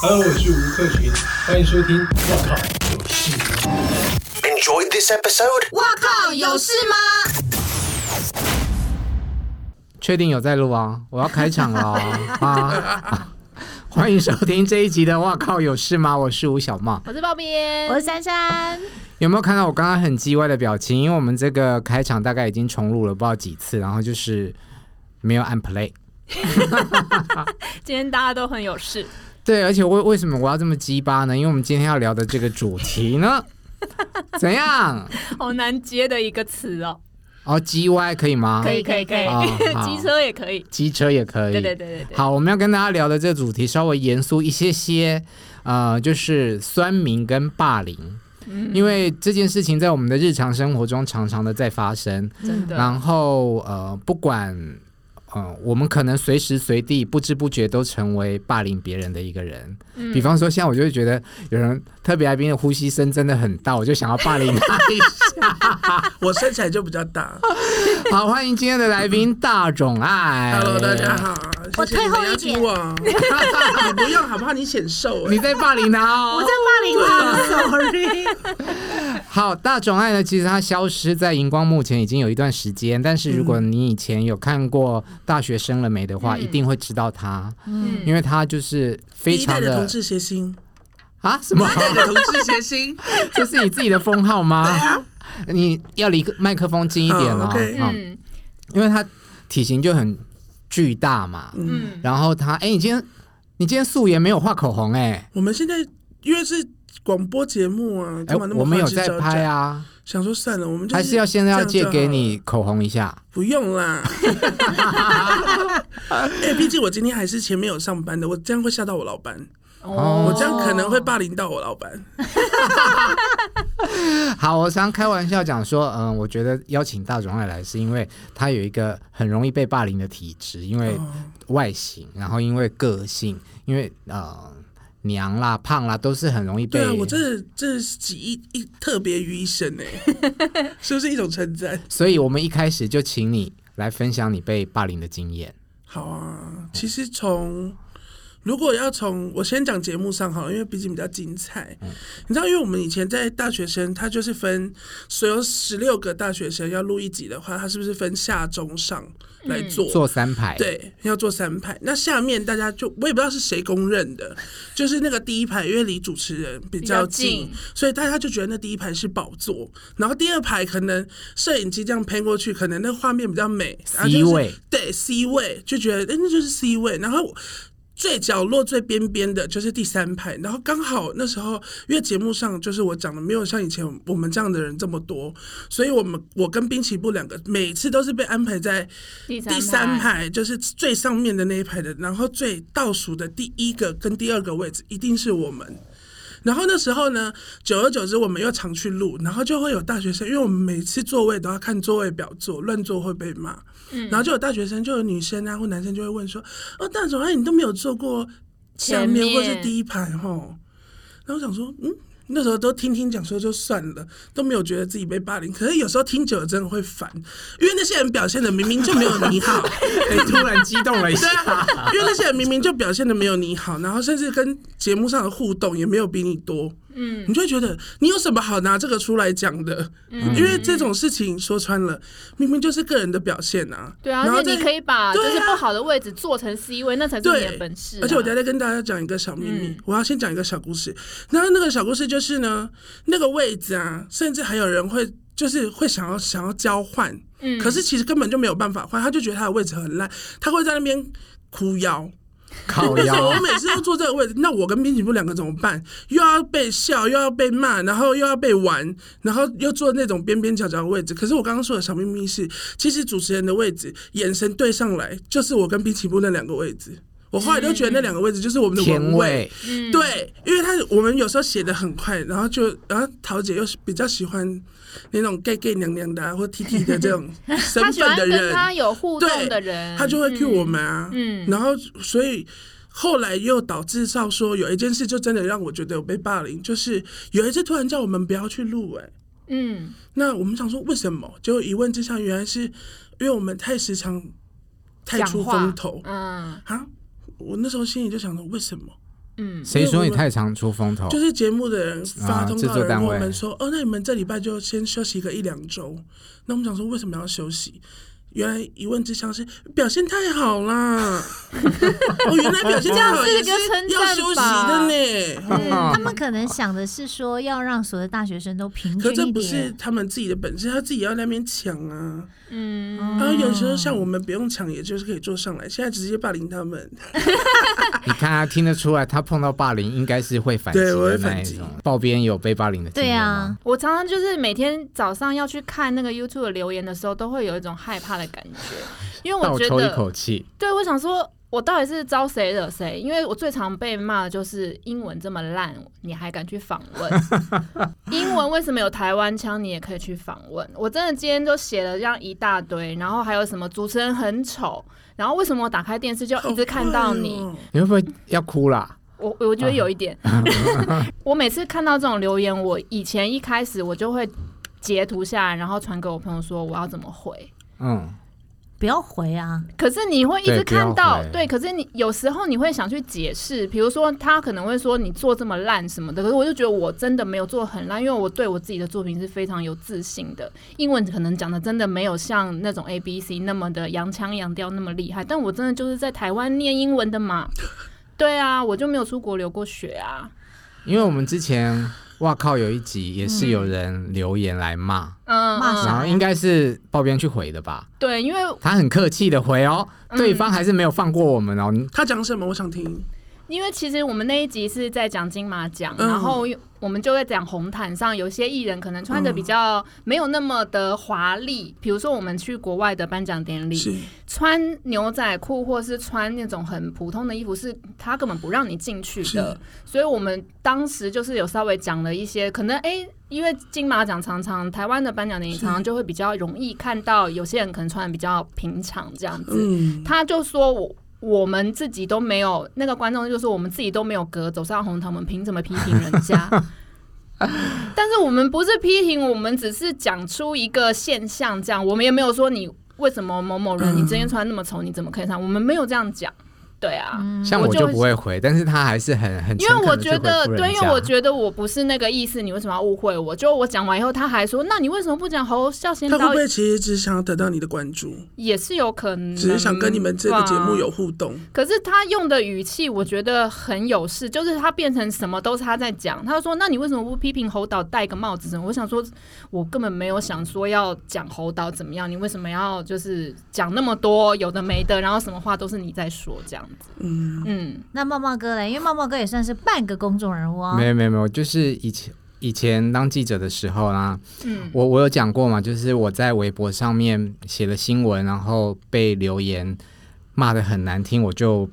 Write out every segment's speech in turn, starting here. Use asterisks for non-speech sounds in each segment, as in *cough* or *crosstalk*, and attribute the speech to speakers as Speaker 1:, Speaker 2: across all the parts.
Speaker 1: Hello，我是吴克群，欢迎收听。我靠，有事吗？
Speaker 2: Enjoyed this episode?
Speaker 3: 哇靠，有事吗？
Speaker 4: 确定有在录啊？我要开场了
Speaker 5: *laughs*
Speaker 4: 哦啊！欢迎收听这一集的《哇靠有事吗》，我是吴小茂。
Speaker 5: 我是包边，
Speaker 3: 我是珊珊，
Speaker 4: 有没有看到我刚刚很叽歪的表情？因为我们这个开场大概已经重录了不知道几次，然后就是没有按 play。
Speaker 5: 今天大家都很有事，
Speaker 4: 对，而且为为什么我要这么鸡巴呢？因为我们今天要聊的这个主题
Speaker 5: *laughs*
Speaker 4: 呢，怎样？
Speaker 5: 好难接的一个词哦。
Speaker 4: 哦，鸡歪可以吗？
Speaker 5: *laughs* 可以可以可以
Speaker 4: 啊好，
Speaker 5: *laughs* 机车也可以。
Speaker 4: 机车也可以。
Speaker 5: 对对对对对，
Speaker 4: 好，我们要跟大家聊的这个主题稍微严肃一些些，呃，就是酸民跟霸凌，因为这件事情在我们的日常生活中常常的在发生，
Speaker 5: 真的，
Speaker 4: 然后呃，不管呃，我们可能随时随地不知不觉都成为霸凌别人的一个人。比方说，像我就会觉得有人特别来宾的呼吸声真的很大，我就想要霸凌他一下。
Speaker 6: 我身材就比较大。
Speaker 4: 哎好，欢迎今天的来宾大种爱。
Speaker 6: Hello，大家。好，
Speaker 3: 我
Speaker 6: 谢谢
Speaker 3: 退
Speaker 6: 你
Speaker 3: 后
Speaker 6: 们
Speaker 3: 一
Speaker 6: 邀
Speaker 3: 点
Speaker 6: 请我。 *laughs* 你不用好不好？你显
Speaker 3: *laughs*
Speaker 6: 瘦哎、
Speaker 4: *laughs* 你在霸凌他哦！
Speaker 3: 我在霸凌他，sorry。
Speaker 6: *laughs*
Speaker 4: 好，大冢爱呢，其实它消失在荧光幕前已经有一段时间，但是如果
Speaker 6: 嗯
Speaker 4: 你以前有看过《大学生了没》的话，
Speaker 5: 嗯
Speaker 4: 一定会知道它，
Speaker 5: 嗯
Speaker 4: 因为它就是非
Speaker 6: 第一代
Speaker 4: 常
Speaker 6: 的
Speaker 4: 的
Speaker 6: 同志谐
Speaker 4: *laughs*
Speaker 6: 星，
Speaker 4: 啊
Speaker 6: *laughs*
Speaker 4: 什么？
Speaker 6: 第一代的同志谐星，
Speaker 4: 这是你自己的封
Speaker 6: *laughs*
Speaker 4: 号吗？你要离麦克风近一点哦，
Speaker 6: 好，OK
Speaker 4: 啊
Speaker 5: 嗯
Speaker 4: 因为它体型就很巨大嘛，
Speaker 6: 嗯，
Speaker 5: 嗯，
Speaker 4: 然后它，哎，你今天你今天素颜没有画口红哎、
Speaker 6: 我们现在因为是广播节目啊，
Speaker 4: 哎，
Speaker 6: 干嘛那么
Speaker 4: 我们有
Speaker 6: 花枝
Speaker 4: 在
Speaker 6: 招
Speaker 4: 拍
Speaker 6: 展？
Speaker 4: 啊，
Speaker 6: 想说算了，我们就
Speaker 4: 还是要现在要
Speaker 6: 这
Speaker 4: 借
Speaker 6: 样就好
Speaker 4: 给你，口红一下
Speaker 6: 不用
Speaker 4: *laughs*
Speaker 6: 啦。哎、毕竟我今天还是前面有上班的，我这样会吓到我老板，
Speaker 5: 嗯
Speaker 4: 哦
Speaker 6: 我这样可能会霸凌到我老板。
Speaker 4: 好，我常开玩笑讲说，嗯，我觉得邀请大冢爱来是因为他有一个很容易被霸凌的体质，因为
Speaker 6: 哦
Speaker 4: 外形，然后因为个性，因为呃娘啦、胖啦，都是很容易被。
Speaker 6: 对啊，我这这是集一一特别于一身哎、 *laughs* 是不是一种称赞？
Speaker 4: 所以我们一开始就请你来分享你被霸凌的经验。
Speaker 6: 好啊，其实从如果要从我先讲节目上好了，因为毕竟比较精彩。你知道，因为我们以前在大学生，他就是分所有十六个大学生要录一集的话，他是不是分下中上来嗯做？
Speaker 4: 做三排，，
Speaker 6: 对，要做三排。那下面大家就我也不知道是谁公认的，就是那个第一排，因为离主持人比较
Speaker 5: 比较
Speaker 6: 近
Speaker 5: 近，
Speaker 6: 所以大家就觉得那第一排是宝座。然后第二排可能摄影机这样偏过去，可能那画面比较美。然后就是
Speaker 4: C 位
Speaker 6: 对 C 位就觉得哎、那就是 C 位。然后最角落最边边的就是第三排，然后刚好那时候因为节目上就是我讲的没有像以前我们这样的人这么多，所以我们我跟滨崎步两个每次都是被安排在
Speaker 5: 第
Speaker 6: 第三，排，就是最上面的那一排的，然后最倒数的第一个跟第二个位置一定是我们。然后那时候呢，久而久之，我们又常去录，然后就会有大学生，因为我们每次座位都要看座位表坐，乱坐会被骂。
Speaker 5: 嗯
Speaker 6: 然后就有大学生，就有女生啊或男生就会问说：“哦，大总哎，你都没有坐过下
Speaker 5: 前
Speaker 6: 面
Speaker 5: 面
Speaker 6: 或是第一排吼？”然后我想说，嗯，那时候都听听讲说就算了，都没有觉得自己被霸凌。可是有时候听久了真的会烦，因为那些人表现的明明就没有你好，
Speaker 4: 哎、突然激动了一下，
Speaker 6: 因为那些人明明就表现的没有你好，然后甚至跟节目上的互动也没有比你多，
Speaker 5: 嗯
Speaker 6: 你就会觉得你有什么好拿这个出来讲的？
Speaker 5: 嗯
Speaker 6: 因为这种事情说穿了，明明就是个人的表现啊。
Speaker 5: 对啊，
Speaker 6: 然后
Speaker 5: 而且
Speaker 6: 再
Speaker 5: 你可以把就
Speaker 6: 对啊
Speaker 5: 是不好的位置做成 C 位，那才是你的
Speaker 6: 对
Speaker 5: 本事啊。
Speaker 6: 而且我等一下再跟大家讲一个小秘密，
Speaker 5: 嗯
Speaker 6: 我要先讲一个小故事。然后那个小故事就是呢，那个位置啊，甚至还有人会就是会想要想要交换，
Speaker 5: 嗯
Speaker 6: 可是其实根本就没有办法换，他就觉得他的位置很烂，他会在那边哭腰。
Speaker 4: 靠
Speaker 6: 那时候
Speaker 4: 腰
Speaker 6: *laughs* 我。每次都坐这个位置，那我跟编辑部两个怎么办？又要被笑，又要被骂，然后又要被玩，然后又坐那种边边角角的位置。可是我刚刚说的小秘密是，其实主持人的位置眼神对上来，就是我跟编辑部那两个位置。我后来都觉得那两个位置就是我们的
Speaker 4: 天
Speaker 6: 文位
Speaker 4: 位，，
Speaker 5: 嗯
Speaker 6: 对，因为他我们有时候写的很快，然后就然后桃姐又是比较喜欢那种 gay gay 娘娘的、啊、或 T T 的这
Speaker 5: *laughs*
Speaker 6: 种身
Speaker 5: 他喜
Speaker 6: 份
Speaker 5: 欢
Speaker 6: 的
Speaker 5: 跟
Speaker 6: 人，
Speaker 5: 他有互动的人，
Speaker 6: 他就会 cue 我们啊，
Speaker 5: 嗯
Speaker 6: 然后所以后来又导致到说有一件事就真的让我觉得有被霸凌，就是有一次突然叫我们不要去录、哎，
Speaker 5: 嗯，
Speaker 6: 那我们想说为什么？结果一问之下，原来是因为我们太时常太
Speaker 5: 讲
Speaker 6: 出
Speaker 5: 话
Speaker 6: 风头
Speaker 5: 嗯，
Speaker 6: 啊！我那时候心里就想着为什么？ *laughs*
Speaker 5: 嗯，
Speaker 4: 谁说你太常出风头？
Speaker 6: 就是节目的人发
Speaker 4: 哦啊
Speaker 6: 通
Speaker 4: 制
Speaker 6: 告
Speaker 4: 作
Speaker 6: 人
Speaker 4: 单
Speaker 6: 跟我
Speaker 4: 位
Speaker 6: 们说，哦，那你们这礼拜就先休息个一两周。那我们想说，为什么要休息？原来一问之下是表现太好啦！ *laughs* 哦，原来表现太好
Speaker 5: 这
Speaker 6: 也
Speaker 5: 样
Speaker 6: 是
Speaker 5: 是个称
Speaker 6: 要
Speaker 5: 赞
Speaker 6: 休息
Speaker 5: 吧
Speaker 6: 的呢。
Speaker 5: 嗯
Speaker 3: 他们可能想的是说要让所有的大学生都平
Speaker 6: 可
Speaker 3: 均
Speaker 6: 这
Speaker 3: 一
Speaker 6: 不是
Speaker 3: 点，
Speaker 6: 他们自己的本事，他自己要在那边抢啊。
Speaker 5: 嗯，
Speaker 6: 然后有时候像我们不用抢，也就是可以坐上来。现在直接霸凌他们，
Speaker 4: 你看他听得出来，他碰到霸凌应该是会反击
Speaker 6: 对我会
Speaker 4: 的
Speaker 6: 反
Speaker 4: 那一
Speaker 6: 击
Speaker 4: 种。爆边有被霸凌的经
Speaker 3: 对
Speaker 4: 验
Speaker 3: 啊
Speaker 4: 吗？，
Speaker 5: 我常常就是每天早上要去看那个 YouTube 的留言的时候，都会有一种害怕的感觉，因为
Speaker 4: 倒
Speaker 5: 我觉
Speaker 4: 抽一
Speaker 5: 得，
Speaker 4: 口气，
Speaker 5: 对我想说，我到底是招谁惹谁？因为我最常被骂的就是英文这么烂，你还敢去访问？ *laughs* 英文为什么有台湾腔，你也可以去访问？我真的今天都写了这样一大堆，然后还有什么主持人很丑，然后为什么我打开电视就一直看到你？
Speaker 6: 好怪哦
Speaker 4: 你会不会要哭啦？
Speaker 5: 我我觉得有
Speaker 6: *laughs*
Speaker 5: 一点，我每次看到这种留言，我以前一开始我就会截图下来，然后传给我朋友说我要怎么回。
Speaker 4: 嗯，
Speaker 3: 不要回啊，
Speaker 5: 可是你会一直
Speaker 4: 对不要
Speaker 5: 看到，
Speaker 4: 回
Speaker 5: 对，可是你有时候你会想去解释，比如说他可能会说你做这么烂什么的，可是我就觉得我真的没有做很烂，因为我对我自己的作品是非常有自信的。英文可能讲的真的没有像那种 A B C 那么的洋腔洋调那么厉害，但我真的就是在台湾念英文的嘛。对啊，我就没有出国留过学啊。
Speaker 4: 因为我们之前哇靠有一集也是有人留言来骂，
Speaker 5: 嗯，
Speaker 3: 骂
Speaker 5: 嗯
Speaker 3: 啥
Speaker 4: 然后应该是爆边去回的吧？
Speaker 5: 对，因为
Speaker 4: 他很客气的回哦，
Speaker 5: 嗯
Speaker 4: 对方还是没有放过我们哦。
Speaker 6: 他讲什么？我想听。
Speaker 5: 因为其实我们那一集是在讲金马奖，
Speaker 6: 嗯
Speaker 5: 然后我们就在讲红毯上有些艺人可能穿的比较没有那么的华丽，比如说我们去国外的颁奖典
Speaker 6: 是
Speaker 5: 礼，穿牛仔裤或是穿那种很普通的衣服，是他根本不让你进去的。所以我们当时就是有稍微讲了一些，可能诶，因为金马奖常常台湾的颁奖典礼常常就会比较容易看到有些人可能穿的比较平常这样子，
Speaker 6: 嗯，
Speaker 5: 他就说我。我们自己都没有，那个观众就说我们自己都没有格走上红毯，我们凭什么批评人家？ *laughs* 但是我们不是批评，我们只是讲出一个现象，这样我们也没有说你为什么某某人你
Speaker 6: 嗯
Speaker 5: 今天穿那么丑，你怎么可以上？我们没有这样讲，对啊，
Speaker 6: 嗯
Speaker 4: 像我
Speaker 5: 我就
Speaker 4: 就不会回，但是他还是很很
Speaker 5: 因为
Speaker 4: 诚
Speaker 5: 我
Speaker 4: 恳地去
Speaker 5: 觉得
Speaker 4: 回复人
Speaker 5: 对，因为
Speaker 4: 家
Speaker 5: 我觉得我不是那个意思，你为什么要误会我？就我讲完以后，他还说，那你为什么不讲侯孝贤
Speaker 6: 他会
Speaker 5: 导
Speaker 6: 不
Speaker 5: 演？
Speaker 6: 会其实只想要得到你的关注，
Speaker 5: 也是有可能，啊
Speaker 6: 只是想跟你们这个节目有互动？
Speaker 5: 可是他用的语气，我觉得很有事，就是他变成什么都是他在讲。他就说：“那你为什么不批评侯导戴个帽子什么？”我想说，我根本没有想说要讲侯导怎么样，你为什么要就是讲那么多有的没的，然后什么话都是你在说这样子？
Speaker 6: 嗯，
Speaker 5: 嗯，
Speaker 3: 那茂茂哥嘞，因为茂茂哥也算是半个公众人物啊
Speaker 4: 没，有没有没有，就是以前以前当记者的时候啦，
Speaker 5: 嗯
Speaker 4: 我我有讲过嘛，就是我在微博上面写了新闻，然后被留言骂的很难听，我就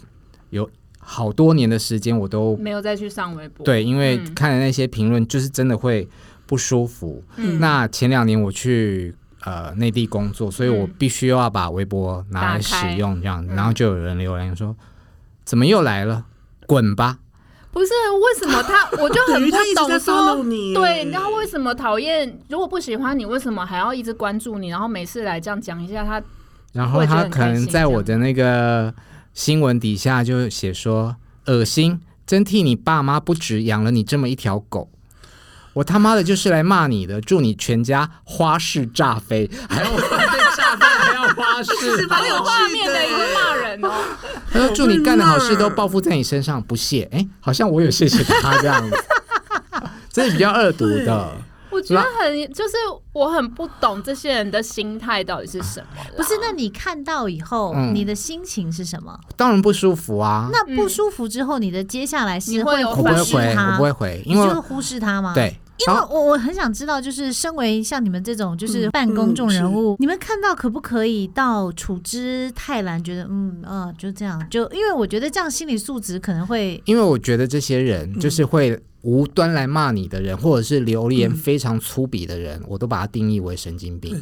Speaker 4: 有好多年的时间我都
Speaker 5: 没有再去上微博。
Speaker 4: 对，因为
Speaker 5: 嗯
Speaker 4: 看了那些评论，就是真的会不舒服。
Speaker 5: 嗯
Speaker 4: 那前两年我去呃内地工作，所以我
Speaker 5: 嗯
Speaker 4: 必须要把微博拿来
Speaker 5: 打
Speaker 4: 使
Speaker 5: 开
Speaker 4: 用，这样，
Speaker 5: 嗯
Speaker 4: 然后就有人留言说：“怎么又来了？滚吧！”
Speaker 5: 不是为什么他，我就
Speaker 6: 等
Speaker 5: 很
Speaker 6: 于
Speaker 5: 不
Speaker 6: 他一直在
Speaker 5: 懂
Speaker 6: follow
Speaker 5: 说。
Speaker 6: 你耶。
Speaker 5: 对，然后为什么讨厌？如果不喜欢你，为什么还要一直关注你？然后每次来这样讲一下他，
Speaker 4: 然后
Speaker 5: 我也觉
Speaker 4: 他
Speaker 5: 得很
Speaker 4: 可
Speaker 5: 开
Speaker 4: 能
Speaker 5: 心
Speaker 4: 在我的那个新闻底下就写说：“恶心，真替你爸妈不值，养了你这么一条狗。”我他妈的就是来骂你的，祝你全家花式炸飞， *laughs* 还要花式炸飞，还要花式， *laughs*
Speaker 6: 哎
Speaker 5: 好有画面的一个骂人哦。
Speaker 4: 他说祝你干的好事都报复在你身上，不屑。
Speaker 3: 嗯
Speaker 4: 哎，好像我有谢谢他这
Speaker 3: *laughs*
Speaker 4: 样子，这是比较恶毒的。
Speaker 5: 我觉得很，就是我很不懂这些人的心态到底是什么啦。
Speaker 3: 不是？那你看到以后，
Speaker 4: 嗯
Speaker 3: 你的心情是什么？
Speaker 4: 当然不舒服啊，
Speaker 3: 那不舒服之后，你的接下来是
Speaker 5: 你会有
Speaker 4: 我
Speaker 3: 忽
Speaker 4: 不会
Speaker 3: 视
Speaker 4: 回，我
Speaker 3: 他，
Speaker 4: 不会回，
Speaker 3: 你
Speaker 4: 因
Speaker 3: 就
Speaker 4: 为
Speaker 3: 会忽视他吗？。
Speaker 4: 对，
Speaker 3: 因
Speaker 4: 然
Speaker 3: 为
Speaker 4: 后
Speaker 3: 我我很想知道，就是身为像你们这种就是半公众人物，你们看到可不可以到处之泰然，觉得嗯呃就这样，就因为我觉得这样心理素质可能会
Speaker 4: 因为我觉得这些人
Speaker 3: 嗯
Speaker 4: 就是会无端来骂你的人，或者是留
Speaker 3: 嗯
Speaker 4: 言非常粗鄙的人，我都把它定义为神经病。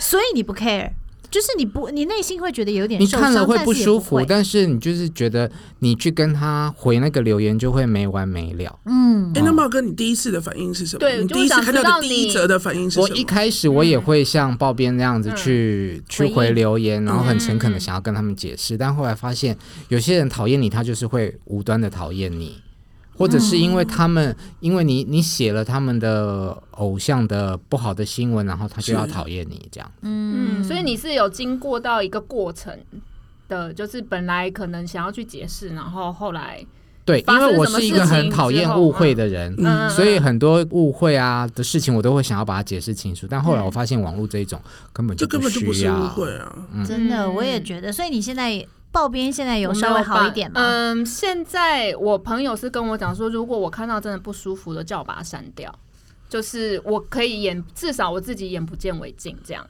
Speaker 3: 所以你不 care，就是你不，你内心会觉得有点
Speaker 4: 你
Speaker 3: 受伤，
Speaker 4: 看了
Speaker 3: 但
Speaker 4: 会
Speaker 3: 是
Speaker 4: 不
Speaker 3: 也
Speaker 4: 舒服，
Speaker 3: 会
Speaker 4: 但是你就是觉得你去跟他回那个留言就会没完没了。
Speaker 3: 嗯，
Speaker 6: 哎，那茂哥，你第一次的反应是什么？
Speaker 5: 对
Speaker 6: 你
Speaker 5: 就
Speaker 6: 第一次
Speaker 5: 想
Speaker 6: 看到
Speaker 5: 知道
Speaker 6: 的第一
Speaker 5: 你
Speaker 6: 则的反应是
Speaker 4: 我
Speaker 6: 什
Speaker 4: 一
Speaker 6: 么？
Speaker 4: 开始我也会像报编那样子去、去
Speaker 3: 回应
Speaker 4: 回留言，然后很诚恳的想要跟他们解释，但后来发现有些人讨厌你，他就是会无端的讨厌你，或者是因为他们、因为你你写了他们的偶像的不好的新闻，然后他就要
Speaker 6: 是
Speaker 4: 讨厌你这样。
Speaker 5: 嗯，所以你是有经过到一个过程的，就是本来可能想要去解释，然后后来
Speaker 4: 对，
Speaker 5: 发
Speaker 4: 因
Speaker 5: 生
Speaker 4: 为我
Speaker 5: 什么
Speaker 4: 是一
Speaker 5: 事
Speaker 4: 个很
Speaker 5: 情
Speaker 4: 讨
Speaker 5: 之
Speaker 4: 厌
Speaker 5: 后
Speaker 4: 误会的人，
Speaker 5: 嗯
Speaker 4: 所以很多误会啊的事情，我都会想要把它解释清楚。但后来我发现网络这一种根本
Speaker 6: 这
Speaker 4: 就
Speaker 6: 根本就不
Speaker 4: 需
Speaker 6: 是误
Speaker 4: 要，
Speaker 6: 会啊！
Speaker 3: 真的，
Speaker 5: 嗯
Speaker 3: 我也觉得。所以你现在报编现在有
Speaker 5: 我没
Speaker 3: 稍微好
Speaker 5: 办
Speaker 3: 一点吗？
Speaker 5: 嗯，现在我朋友是跟我讲说，如果我看到真的不舒服的，叫我把它删掉。就是我可以眼，至少我自己眼不见为净，这样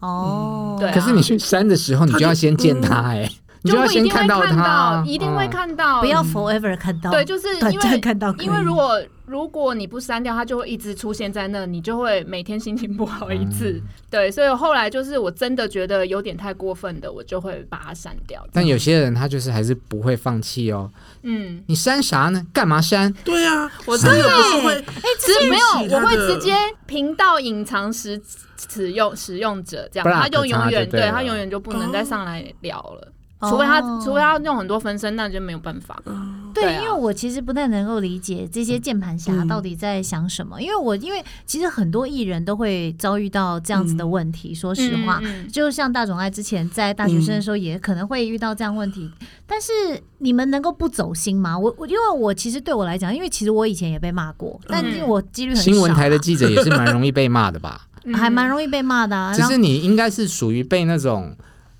Speaker 3: 哦，
Speaker 5: 对啊嗯
Speaker 4: 可是你去删的时候，你就要先见他哎、你
Speaker 5: 就
Speaker 4: 要
Speaker 5: 会一
Speaker 4: 先
Speaker 5: 定会看
Speaker 4: 到他啊，
Speaker 5: 一定会
Speaker 4: 嗯。
Speaker 5: 看到。
Speaker 3: 不要 forever 看到，
Speaker 5: 对，就是
Speaker 3: 哦短
Speaker 5: 因为
Speaker 3: 暂看到可以，
Speaker 5: 因为如果如果你不删掉，它就会一直出现在那，你就会每天心情不好一次。
Speaker 3: 嗯
Speaker 5: 对，所以后来就是我真的觉得有点太过分的，我就会把它删掉。
Speaker 4: 但有些人他就是还是不会放弃哦。
Speaker 5: 嗯，
Speaker 4: 你删啥呢？干嘛删？
Speaker 6: 对啊，
Speaker 5: 我
Speaker 6: 真的不是
Speaker 3: 对
Speaker 6: 会
Speaker 3: 哎，
Speaker 5: 只
Speaker 3: 这
Speaker 5: 没
Speaker 6: 其
Speaker 5: 有，
Speaker 6: 他
Speaker 5: 我会
Speaker 6: 的
Speaker 5: 直接频道隐藏使使用使用者这样，
Speaker 4: Block
Speaker 5: 他就永
Speaker 4: 他
Speaker 5: 远
Speaker 4: 就对了
Speaker 5: 他永远就不能再上来聊了。
Speaker 3: 哦
Speaker 5: 除非他，除非他用很多分身，那就没有办法。
Speaker 3: 对，
Speaker 5: 对啊嗯
Speaker 3: 因为我其实不太能够理解这些键盘侠到底在想什么，因为我因为其实很多艺人都会遭遇到这样子的问题，说实话。
Speaker 5: 嗯嗯
Speaker 3: 就像大冢爱之前在大学生的时候，也可能会遇到这样问题。但是你们能够不走心吗？我我因为我其实对我来讲，因为其实我以前也被骂过，
Speaker 5: 嗯
Speaker 3: 但因为我几率很小、啊，
Speaker 4: 新闻台的记者也是蛮容易被骂的
Speaker 5: *laughs*
Speaker 4: 吧？
Speaker 5: 嗯
Speaker 3: 还蛮容易被骂的、啊。
Speaker 4: 只
Speaker 3: 然后
Speaker 4: 是你应该是属于被那种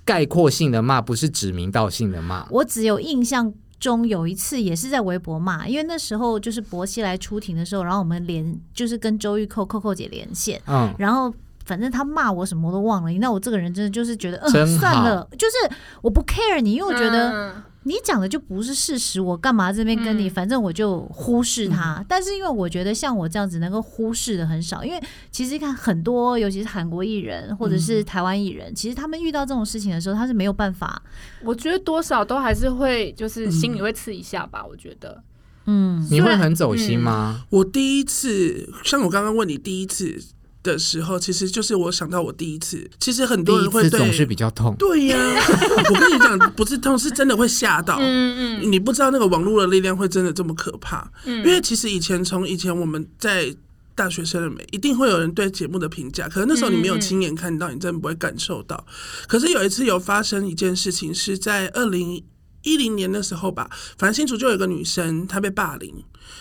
Speaker 4: 概括性的骂，不是指名道姓的骂。
Speaker 3: 我只有印象中有一次也是在微博骂，因为那时候就是薄熙来出庭的时候，然后我们连就是跟周玉蔻、蔻蔻姐连线，
Speaker 4: 嗯，
Speaker 3: 然后反正他骂我什么我都忘了。那我这个人真的就是觉得，嗯、
Speaker 4: 真好
Speaker 3: 算了，就是我不 care 你，因为我觉得
Speaker 5: 嗯
Speaker 3: 你讲的就不是事实，我干嘛这边跟你？
Speaker 5: 嗯
Speaker 3: 反正我就忽视他。
Speaker 4: 嗯
Speaker 3: 但是因为我觉得像我这样子能够忽视的很少，因为其实看很多，尤其是韩国艺人或者是台湾艺人，其实他们遇到这种事情的时候，他是没有办法，
Speaker 5: 我觉得多少都还是会，就是心里会刺一下吧。我觉得，
Speaker 3: 嗯，，
Speaker 4: 你会很走心
Speaker 5: 嗯
Speaker 4: 吗？
Speaker 6: 我第一次，像我刚刚问你第一次的时候，其实就是我想到我第一次。其实很
Speaker 4: 第
Speaker 6: 多
Speaker 4: 一
Speaker 6: 人会
Speaker 4: 次
Speaker 6: 对，
Speaker 4: 总是比较痛。
Speaker 6: 对呀、我跟你讲，不是痛，是真的会吓到。
Speaker 5: 嗯嗯
Speaker 6: 你不知道那个网络的力量会真的这么可怕，因为其实以前从以前我们在大学生的美，一定会有人对节目的评价，可能那时候你没有亲眼看到，你真的不会感受到。
Speaker 5: 嗯
Speaker 6: 可是有一次有发生一件事情，是在二零一零年的时候吧，反正新竹就有一个女生她被霸凌，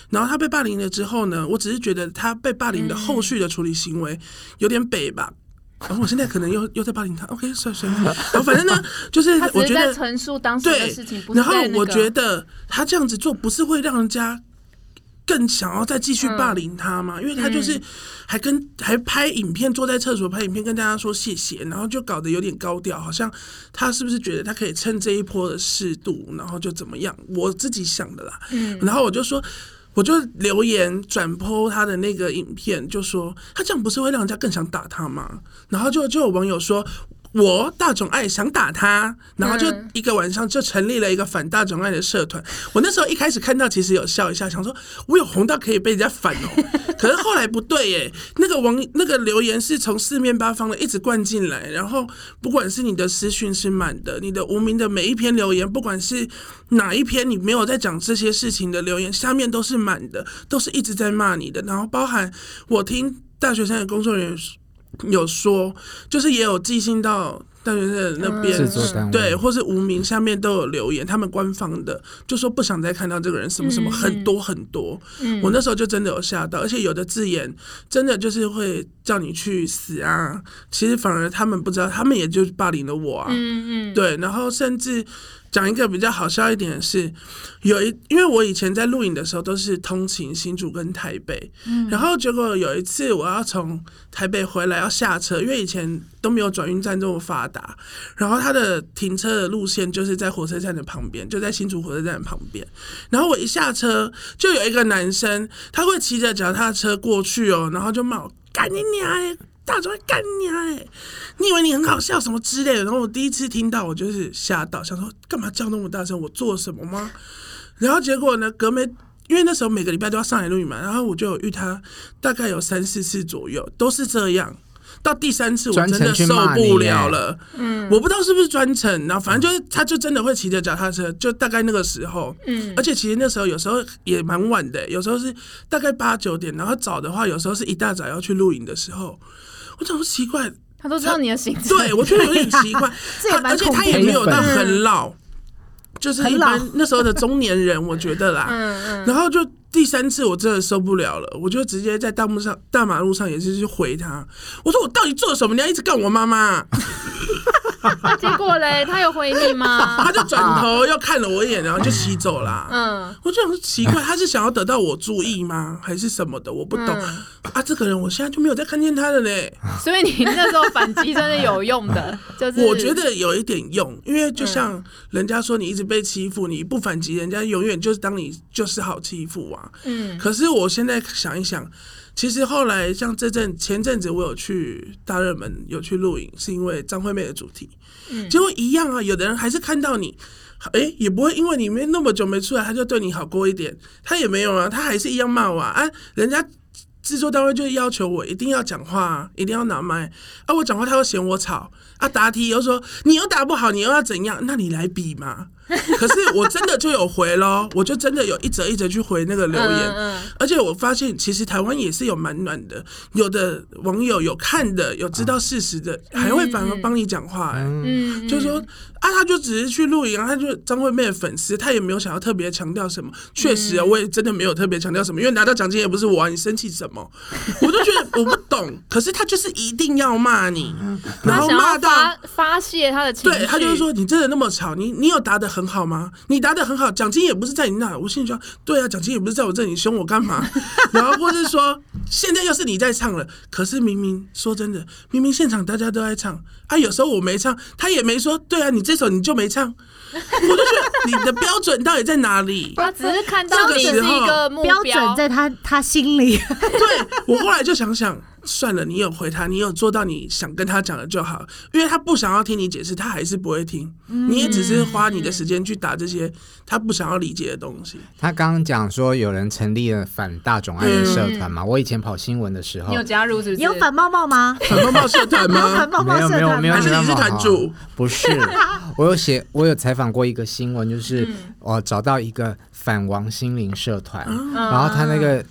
Speaker 6: 然后她被霸凌了之后呢，我只是觉得她被霸凌的后续的处理行为有点北吧。然后我现在可能又又在霸凌她，OK，算了算了。然后反正呢，就是
Speaker 5: 他只
Speaker 6: 我
Speaker 5: 是
Speaker 6: 觉
Speaker 5: 在
Speaker 6: 得
Speaker 5: 陈述当时的
Speaker 6: 对
Speaker 5: 事情，不是
Speaker 6: 然后
Speaker 5: 在那
Speaker 6: 我
Speaker 5: 个
Speaker 6: 觉得他这样子做不是会让人家更想要再继
Speaker 5: 嗯
Speaker 6: 续霸凌他吗？因为他就是还跟还拍影片，坐在厕所拍影片跟大家说谢谢，然后就搞得有点高调，好像他是不是觉得他可以趁这一波的适度，然后就怎么样？我自己想的啦。嗯，然后我就说。我就留言转播他的那个影片，就说他这样不是会让人家更想打他吗？然后就就有网友说，我大冢爱想打他，然后就一个晚上就成立了一个反大冢爱的社团。我那时候一开始看到，其实有笑一下，想说我有红到可以被人家反哦。可是后来不对耶，那个网那个留言是从四面八方的一直灌进来，然后不管是你的私讯是满的，你的无名的每一篇留言，不管是哪一篇你没有在讲这些事情的留言，下面都是满的，都是一直在骂你的。然后包含我听大学生的工作人员有说，就是也有寄信到大学生的那边
Speaker 4: 嗯制作单位
Speaker 6: 对，或是无名下面都有留言，他们官方的就说不想再看到这个人什么什么，
Speaker 5: 嗯
Speaker 6: 很多很多。我那时候就真的有吓到，而且有的字眼真的就是会叫你去死啊！其实反而他们不知道，他们也就霸凌了我啊。
Speaker 5: 嗯嗯，
Speaker 6: 对，然后甚至讲一个比较好笑一点的是，有一因为我以前在录影的时候都是通勤新竹跟台北，然后结果有一次我要从台北回来要下车，因为以前都没有转运站这么发达，然后它的停车的路线就是在火车站的旁边，就在新竹火车站的旁边，然后我一下车就有一个男生，他会骑着脚踏车过去哦，然后就骂我。干你娘的！大壮干你哎、你以为你很好笑什么之类的？然后我第一次听到，我就是吓到，想说干嘛叫那么大声？我做什么吗？然后结果呢，隔没。因为那时候每个礼拜都要上来录影嘛，然后我就有遇他，大概有三四次左右，都是这样。到第三次我
Speaker 4: 专
Speaker 6: 真
Speaker 4: 程
Speaker 6: 的
Speaker 4: 去
Speaker 6: 受
Speaker 4: 骂你
Speaker 6: 不
Speaker 4: 耶
Speaker 6: 了了，嗯，我不知道是不是专程，然后反正就是他就真的会骑着脚踏车，就大概那个时候，嗯，而且其实那时候有时候也蛮晚的，有时候是大概八九点，然后早的话有时候是一大早要去录影的时候，我想说奇怪，
Speaker 5: 他都知道你的行程， *laughs*
Speaker 6: 对，我觉得有点奇怪
Speaker 3: *laughs* 这也
Speaker 6: 他
Speaker 3: 蛮
Speaker 6: 而且
Speaker 3: 恐
Speaker 6: 他
Speaker 3: 怖嗯
Speaker 6: 也
Speaker 4: 的
Speaker 6: 没有到很老，就是一般
Speaker 3: 很老嗯
Speaker 6: 那时候的中年人，我觉得
Speaker 3: *laughs*
Speaker 6: 啦。
Speaker 5: 嗯
Speaker 6: 然后就第三次我真的受不了了，我就直接在大幕上、大马路上也是去回他，我说我到底做了什么？你要一直干我妈
Speaker 3: *laughs*
Speaker 6: 妈？
Speaker 5: 那结果嘞，他有回你吗？
Speaker 6: 他就转头又看了我一眼，然后就骑走啦。
Speaker 5: 嗯，
Speaker 6: 我就想说奇怪，他是想要得到我注意吗，还是什么的？我不懂、
Speaker 3: 嗯
Speaker 6: 啊。这个人我现在就没有再看见他了嘞。
Speaker 5: 所以你那时候反击真的有用的，就是 *laughs* 嗯
Speaker 6: 我觉得有一点用，因为就像人家说，你一直被欺负，你不反击，人家永远就是当你就是好欺负啊。
Speaker 5: 嗯
Speaker 6: 可是我现在想一想，其实后来像这阵前阵子我有去大热门有去录影，是因为张惠妹的主题，
Speaker 5: 嗯
Speaker 6: 结果一样啊，有的人还是看到你。诶，也不会因为你没那么久没出来，他就对你好过一点，他也没有啊，他还是一样骂我啊。啊人家制作单位就要求我一定要讲话、啊，一定要拿麦啊！我讲话他又嫌我吵啊，答题又说你又答不好，你又要怎样？那你来比嘛。可是我真的就有回咯，我就真的有一则一则去回那个留言，
Speaker 5: 嗯嗯
Speaker 6: 而且我发现其实台湾也是有蛮暖的，有的网友有看的，有知道事实的，
Speaker 5: 啊
Speaker 6: 还会反而帮你讲话、欸，
Speaker 5: 嗯，
Speaker 6: 就说啊，他就只是去露营啊，他就张惠妹的粉丝，他也没有想要特别强调什么。确实
Speaker 5: 嗯
Speaker 6: 啊，我也真的没有特别强调什么，因为拿到奖金也不是我、啊，你生气什么？我就觉得我不懂，可是他就是一定要骂你，然
Speaker 5: 嗯他
Speaker 6: 后
Speaker 5: 想
Speaker 6: 骂
Speaker 5: 要
Speaker 6: 到。
Speaker 5: 发发泄他的情绪，
Speaker 6: 对他就是说，你真的那么吵，你你有答得很好吗？你答得很好，奖金也不是在你那。我心里说，对啊，奖金也不是在我这里，你凶我干嘛？ *laughs* 然后或是说，现在又是你在唱了，可是明明说真的，明明现场大家都在唱啊，有时候我没唱，他也没说，对啊，你这首你就没唱，我就觉得你的标准到底在哪里？
Speaker 5: 他只是看到
Speaker 6: 这个
Speaker 5: 你
Speaker 6: 时
Speaker 5: 是
Speaker 6: 候
Speaker 5: 一个目
Speaker 3: 标准在他他心里。
Speaker 6: 对我后来就想想，算了，你有回他，你有做到你想跟他讲的就好，因为他不想要听你解释，他还是不会听，
Speaker 5: 嗯
Speaker 6: 你也只是花你的时间去打这些他不想要理解的东
Speaker 5: *laughs*
Speaker 6: 西。
Speaker 4: 他刚刚讲说有人成立了反大种爱的社团
Speaker 5: 嗯
Speaker 4: 嘛，我以前跑新闻的时候
Speaker 5: 你有加入是不是？
Speaker 3: 你 *laughs* 有反茂茂吗？
Speaker 6: 反风暴社团
Speaker 3: 你有反
Speaker 6: 吗？
Speaker 5: 哦
Speaker 3: 茂茂
Speaker 4: 没有
Speaker 3: 社
Speaker 4: 没有
Speaker 3: 团
Speaker 4: 没有，
Speaker 3: 吗
Speaker 6: 还是
Speaker 4: 没有
Speaker 6: 你是
Speaker 4: 那么
Speaker 6: 团
Speaker 4: 好 *laughs*
Speaker 6: 主？
Speaker 4: 不是，我有写，我有采访过一个新闻，就是
Speaker 5: 嗯
Speaker 4: 我找到一个反王心凌社团，
Speaker 5: 啊
Speaker 4: 然后他那个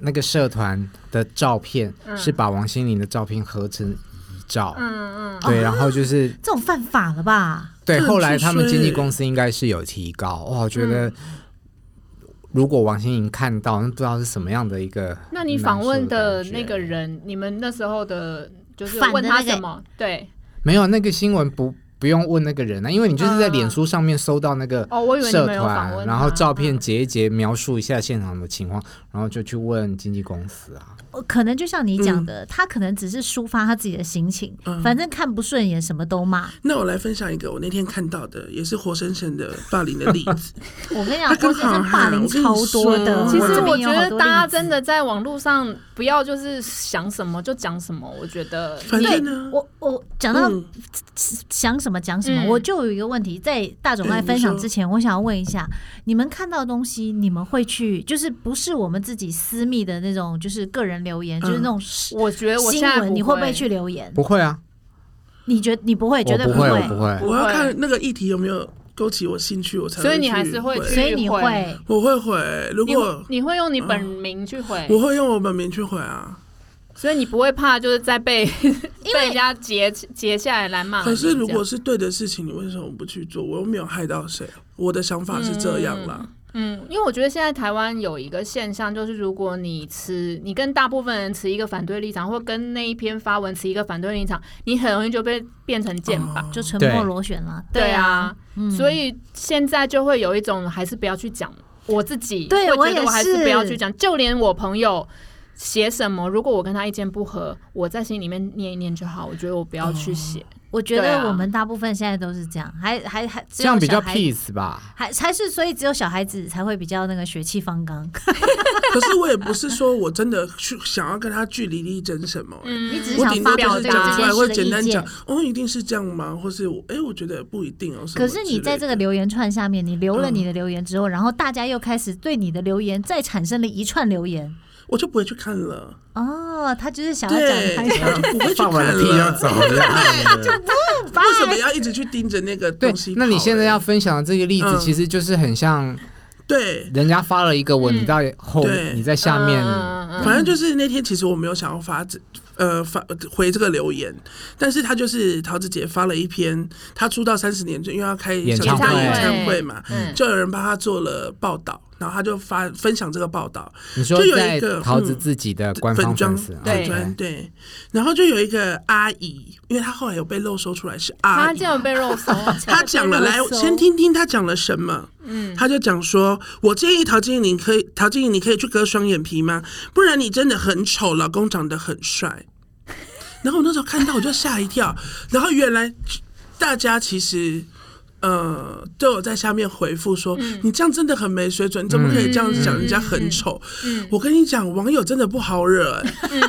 Speaker 4: 那个社团的照片是把王心凌的照片合成遗照，
Speaker 5: 嗯嗯，
Speaker 4: 对，然后就是
Speaker 3: 这种犯法了吧？
Speaker 4: 对，
Speaker 6: 这很
Speaker 4: 后来
Speaker 6: 出
Speaker 4: 他们
Speaker 6: 水
Speaker 4: 经纪公司应该是有提高，哇，我觉
Speaker 5: 嗯
Speaker 4: 得。如果王心凌看到，那不知道是什么样的一个。
Speaker 5: 那你访问的那个
Speaker 4: 人。
Speaker 5: 人，你们那时候的，就是
Speaker 3: 反的
Speaker 5: 问他
Speaker 3: 那个
Speaker 5: 什么？对，
Speaker 4: 没有那个新闻不不用问那个人啊，因为你就是在脸书上面搜到那个
Speaker 5: 哦我以为你
Speaker 4: 社
Speaker 5: 们有访
Speaker 4: 团，
Speaker 5: 问他
Speaker 4: 然后照片截一截，描述一下现场的情况，然后就去问经纪公司啊。
Speaker 3: 呃可能就像你
Speaker 5: 嗯
Speaker 3: 讲的，他可能只是抒发他自己的心情，反正看不顺眼什么
Speaker 5: *laughs*
Speaker 3: 都骂。
Speaker 6: *laughs* 那我来分享一个我那天看到的，也是活生生的霸凌的例子。
Speaker 3: 我跟你讲，
Speaker 6: 他
Speaker 3: 郭
Speaker 6: 刚
Speaker 3: 先生霸凌
Speaker 6: 好
Speaker 3: 超多的。
Speaker 6: 我
Speaker 5: 其
Speaker 6: 跟你说
Speaker 5: 实
Speaker 3: 哦这
Speaker 5: 我
Speaker 3: 边也
Speaker 5: 觉
Speaker 3: 有好
Speaker 5: 得
Speaker 3: 多
Speaker 5: 大家
Speaker 3: 例子
Speaker 5: 真的在网络上不要就是想什么就讲什么，我觉得
Speaker 6: 反正
Speaker 5: 你
Speaker 6: 呢，
Speaker 3: 我我讲到
Speaker 6: 嗯
Speaker 3: 想什么讲什么，
Speaker 5: 嗯
Speaker 3: 我就有一个问题，在大总爱
Speaker 6: 嗯
Speaker 3: 分享
Speaker 6: 你说
Speaker 3: 之前，我想要问一下，你们看到的东西，你们会去，就是不是我们自己私密的那种，就是个人留言，就是那种新
Speaker 5: 嗯我觉得我现在
Speaker 3: 闻，你会不会去？留言？
Speaker 4: 不会啊，
Speaker 3: 你哎觉得你不会，绝
Speaker 4: 我
Speaker 3: 对
Speaker 4: 不会，我不会。
Speaker 6: 我要看那个议题有没有勾起我兴趣，我才
Speaker 5: 所以
Speaker 6: 会
Speaker 5: 你还
Speaker 6: 去
Speaker 5: 是会
Speaker 6: 回
Speaker 5: 去
Speaker 3: 所以你
Speaker 5: 会
Speaker 3: 会。
Speaker 6: 我会回，如
Speaker 5: 你
Speaker 6: 果
Speaker 5: 你会用你本名去回，
Speaker 6: 嗯我会用我本名去回啊。
Speaker 5: 所以你不会怕就是
Speaker 6: *laughs*
Speaker 5: 在被被人家截截下来来啊骂你这
Speaker 6: 可
Speaker 5: 样。
Speaker 6: 是如果是对的事情，你为什么不去做？我又没有害到谁，我的想法是这样啦。
Speaker 5: 嗯，因为我觉得现在台湾有一个现象，就是如果你持你跟大部分人持一个反对立场，或跟那一篇发文持一个反对立场，你很容易就被变成剑拔。
Speaker 3: 就沉
Speaker 4: 对
Speaker 3: 默螺旋了。
Speaker 5: 对
Speaker 3: 啊
Speaker 5: 啊，，
Speaker 6: 嗯
Speaker 5: 所以现在就会有一种还是不要去讲。我自己
Speaker 3: 对
Speaker 5: 会
Speaker 3: 我
Speaker 5: 觉
Speaker 3: 也
Speaker 5: 得还是
Speaker 3: 是
Speaker 5: 不要去讲，就连我朋友写什么，如果我跟他意见不合，我在心里面念一念就好。我觉得我不要去写，
Speaker 6: 哦
Speaker 3: 我觉
Speaker 5: 对
Speaker 3: 得
Speaker 5: 啊
Speaker 3: 我们大部分现在都是这样，还还还
Speaker 4: 这样比较
Speaker 6: *laughs*
Speaker 3: 屁，
Speaker 4: peace 吧？
Speaker 3: 还还是所以只有小孩子才会比较那个血气方刚。
Speaker 6: 可是我也不是说我真的去想要跟他据理力争什么、欸
Speaker 5: 嗯
Speaker 3: 你只是
Speaker 6: 我
Speaker 3: 嗯想
Speaker 6: 顶多就
Speaker 3: 发表
Speaker 6: 是
Speaker 3: 这
Speaker 5: 表
Speaker 3: 个
Speaker 5: 达
Speaker 6: 讲出来，或者
Speaker 3: 这件
Speaker 6: 简
Speaker 3: 事的
Speaker 6: 单
Speaker 3: 意见
Speaker 6: 讲。，哦，一定是这样吗？或是我，哎、我觉得不一定哦。什么
Speaker 3: 可是你
Speaker 6: 之
Speaker 3: 在
Speaker 6: 类
Speaker 3: 这
Speaker 6: 的
Speaker 3: 个留言串下面，你留了你的留言之后，然后大家又开始对你的留言再产生了一串留言。
Speaker 6: 我就不会去看了。
Speaker 3: 哦，他就是想要讲
Speaker 6: 对，
Speaker 3: 他
Speaker 6: 我就不会去
Speaker 4: 放完
Speaker 6: 看
Speaker 4: 了屁要
Speaker 6: 了。
Speaker 4: 走了。
Speaker 6: 为什么要一直去盯着那个
Speaker 4: 对
Speaker 6: 东西，跑欸？
Speaker 4: 那你现在要分享的这个例子，
Speaker 6: 嗯
Speaker 4: 其实就是很像
Speaker 6: 对，
Speaker 4: 人家发了一个文，你到后
Speaker 6: 对
Speaker 4: 你在下面，
Speaker 6: 反正就是那天，其实我没有想要发这呃发回这个留言，但是他就是桃子姐发了一篇，她出道三十年，就因为要开
Speaker 4: 演
Speaker 6: 小
Speaker 4: 唱
Speaker 6: 巨蛋
Speaker 4: 会
Speaker 6: 演唱会嘛，
Speaker 5: 嗯
Speaker 6: 就有人帮她做了报道，然后她就发分享这个报道，
Speaker 4: 你说
Speaker 6: 就有
Speaker 4: 在
Speaker 6: 一个
Speaker 4: 桃子
Speaker 6: 嗯
Speaker 4: 自己的官方粉
Speaker 6: 专
Speaker 4: 丝，啊
Speaker 5: 对
Speaker 6: 粉专对，然后就有一个阿姨，因为她后来有被漏搜出来是阿
Speaker 5: 他
Speaker 6: 姨
Speaker 5: 竟，然被肉搜，
Speaker 6: *laughs* 他讲了，来先听听他讲了什么。嗯，他就讲说，我建议陶晶莹可以，陶晶莹你可以去割双眼皮吗？不然你真的很丑，老公长得很 *laughs* 帅。然后我那时候看到我就吓一跳，然后原来大家其实。呃，都有在下面回复说、你这样真的很没水准，你怎么可以这样讲人家很丑？我跟你讲，网友真的不好惹、 *laughs* 欸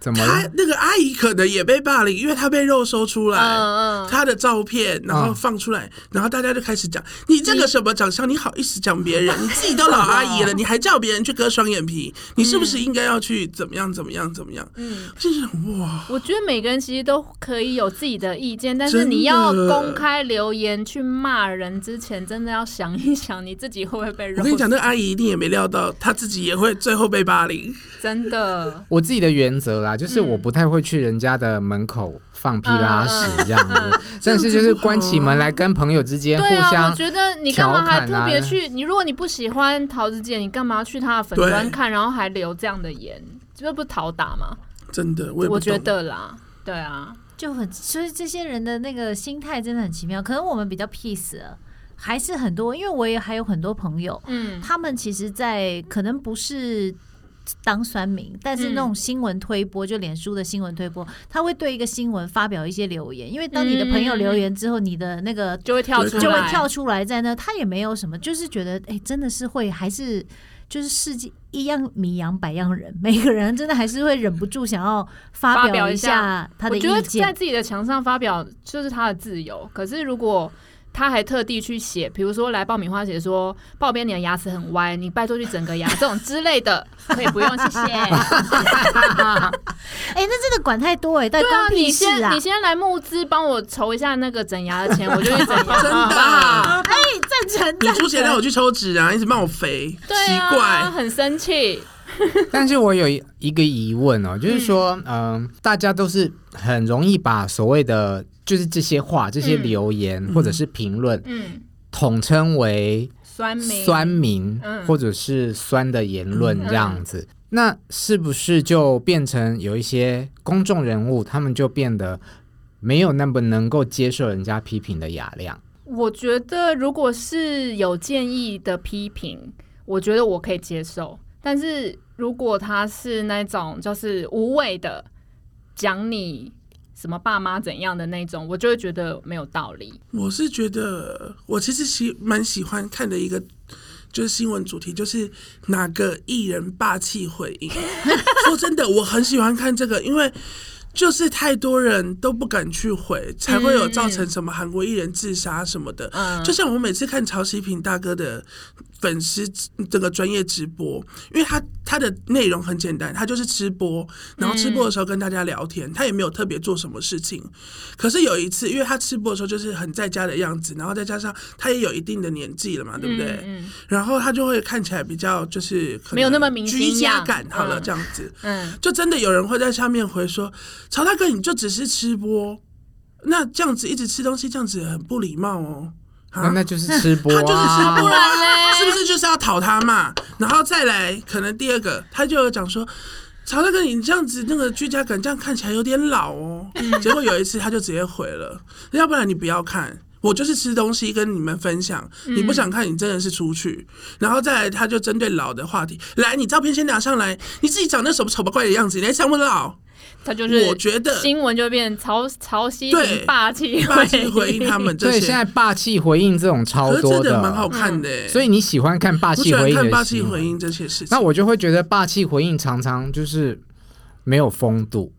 Speaker 4: 怎么
Speaker 6: 他
Speaker 4: 了？
Speaker 6: 那个阿姨可能也被霸凌，因为她被肉搜出来，
Speaker 5: 嗯嗯
Speaker 6: 她的照片，然后放出来，然后大家就开始讲你这个什么长相，你好意思讲别 *laughs* 人？你自己都老阿姨 *laughs* 了，你还叫别人去割双眼皮，你是不是应该要去怎么样怎么样怎么样？嗯，就是哇，
Speaker 5: 我觉得每个人其实都可以有自己的意见，但是
Speaker 6: 真的
Speaker 5: 你要公开留言去骂人之前，真的要想一想你自己会不会被肉
Speaker 6: 我
Speaker 5: 搜。
Speaker 6: 跟你讲，那个阿姨一定也没料到，她自己也会最后被霸凌。
Speaker 5: 真的，
Speaker 4: 我自己的原则啦，就是
Speaker 5: 嗯
Speaker 4: 我不太会去人家的门口放屁拉屎这样
Speaker 5: 嗯
Speaker 4: 子，但是就是关起门来跟朋友之间互
Speaker 5: 对啊，我
Speaker 4: 相
Speaker 5: 觉得你干嘛
Speaker 4: 调侃
Speaker 5: 还
Speaker 4: 啊
Speaker 5: 特别去？你如果你不喜欢桃子姐，你干嘛去她的粉专
Speaker 6: 对
Speaker 5: 看，然后还留这样的言？这不是讨打吗？
Speaker 6: 真的，我也不
Speaker 5: 我觉
Speaker 6: 懂。
Speaker 5: 得啦，对啊，
Speaker 3: *laughs* 就很，所以这些人的那个心态真的很奇妙。可能我们比较 peace，了还是很多，因为我也还有很多朋友，
Speaker 5: 嗯，
Speaker 3: 他们其实在，可能不是。当酸民，但是那种新闻推播，就脸书的新闻推播，
Speaker 5: 嗯
Speaker 3: 他会对一个新闻发表一些留言，因为当你的朋友留言之后，你的那个
Speaker 5: 就会跳出来，
Speaker 3: 就会跳出来在那，他也没有什么，就是觉得哎、真的是会还是就是世界一样米养百样人，每个人真的还是会忍不住想要发
Speaker 5: 发表
Speaker 3: 一
Speaker 5: 一
Speaker 3: 下他的
Speaker 5: 我
Speaker 3: 意
Speaker 5: 觉得在
Speaker 3: 见。
Speaker 5: 自己的墙上发表就是他的自由，可是如果他还特地去写，比如说来爆米花写说爆边你的牙齿很歪，你拜托去整个牙这种之类的，可以不用，谢
Speaker 4: *laughs*
Speaker 5: *laughs* 谢。
Speaker 3: 哎、那真的管太多哎、但
Speaker 5: 对啊
Speaker 3: 关，屁
Speaker 5: 你
Speaker 3: 事
Speaker 5: 先
Speaker 3: 啊！
Speaker 5: 你先来募资帮我筹一下那个整牙
Speaker 3: *laughs*
Speaker 5: 的钱，我就去整牙，
Speaker 6: 真
Speaker 5: 好不
Speaker 6: 的
Speaker 5: 好
Speaker 6: 啊，
Speaker 3: 哎，赞成
Speaker 6: 你
Speaker 3: *laughs* 赞
Speaker 6: 出钱让
Speaker 3: 成。
Speaker 6: 我去抽脂啊，一直骂我肥，
Speaker 5: 对
Speaker 6: 奇
Speaker 5: 啊，
Speaker 6: 怪。
Speaker 5: 很生气，
Speaker 4: 但是我有一一个疑问哦，就是说，嗯、大家都是很容易把所谓的就是这些话、这些
Speaker 5: 嗯
Speaker 4: 留言、或者是评论
Speaker 5: 嗯，
Speaker 4: 统称为
Speaker 5: 酸民，
Speaker 4: 酸民
Speaker 5: 嗯
Speaker 4: 或者是酸的言论这样子，那是不是就变成有一些公众人物，他们就变得没有那么能够接受人家批评的雅量？
Speaker 5: 我觉得如果是有建议的批评，我觉得我可以接受。但是如果他是那种就是无谓的讲你什么爸妈怎样的那种，我就会觉得没有道理。
Speaker 6: 我是觉得，我其实喜蛮喜欢看的一个就是新闻主题，就是哪个艺人霸气回应。 *laughs* 说真的，我很喜欢看这个，因为就是太多人都不敢去回，才会有造成什么韩国艺人自杀什么的。就像我每次看曹希平大哥的粉丝这个专业直播，因为他他的内容很简单，他就是吃播，然后吃播的时候跟大家聊天，他也没有特别做什么事情。可是有一次，因为他吃播的时候就是很在家的样子，然后再加上他也有一定的年纪了嘛，对不对？
Speaker 5: 嗯
Speaker 6: 然后他就会看起来比较就是可能
Speaker 5: 没有那么明星
Speaker 6: 居家
Speaker 5: 样
Speaker 6: 感，好了、
Speaker 5: 嗯
Speaker 6: 这样子，
Speaker 5: 嗯，
Speaker 6: 就真的有人会在下面回说：“曹大哥，你就只是吃播，那这样子一直吃东西，这样子很不礼貌哦。”
Speaker 4: 那那就是吃播、啊，
Speaker 6: 他 *laughs* 就是吃播
Speaker 5: 当然
Speaker 6: 啊，
Speaker 5: 嘞
Speaker 6: 是不是就是要讨他嘛？然后再来，可能第二个他就有讲说。曹大哥，你这样子那个居家嗯感，这样看起来有点老哦。结果有一次他就直接回了，要不然你不要看。我就是吃东西跟你们分享，你不想看，你真的是出去。然后再来，他就针对老的话题，来，你照片先拿上来，你自己长那什么丑八怪的样子，你还像不老？
Speaker 5: 他就是
Speaker 6: 我觉得
Speaker 5: 新闻就变成曹曹曦
Speaker 6: 对
Speaker 5: 很霸气
Speaker 6: 霸气回应他们这
Speaker 4: 对，
Speaker 6: 些，
Speaker 4: 现在霸气回应这种超
Speaker 6: 可是
Speaker 4: 多嗯
Speaker 6: 真的蛮好看的、欸
Speaker 4: 所以你喜欢看霸
Speaker 6: 我
Speaker 4: 气
Speaker 6: 喜欢
Speaker 4: 回应
Speaker 6: 看
Speaker 4: 的
Speaker 6: 霸
Speaker 4: 新
Speaker 6: 气
Speaker 4: 闻
Speaker 6: 回应这些事情。
Speaker 4: 那我就会觉得霸气回应常常就是没有风度。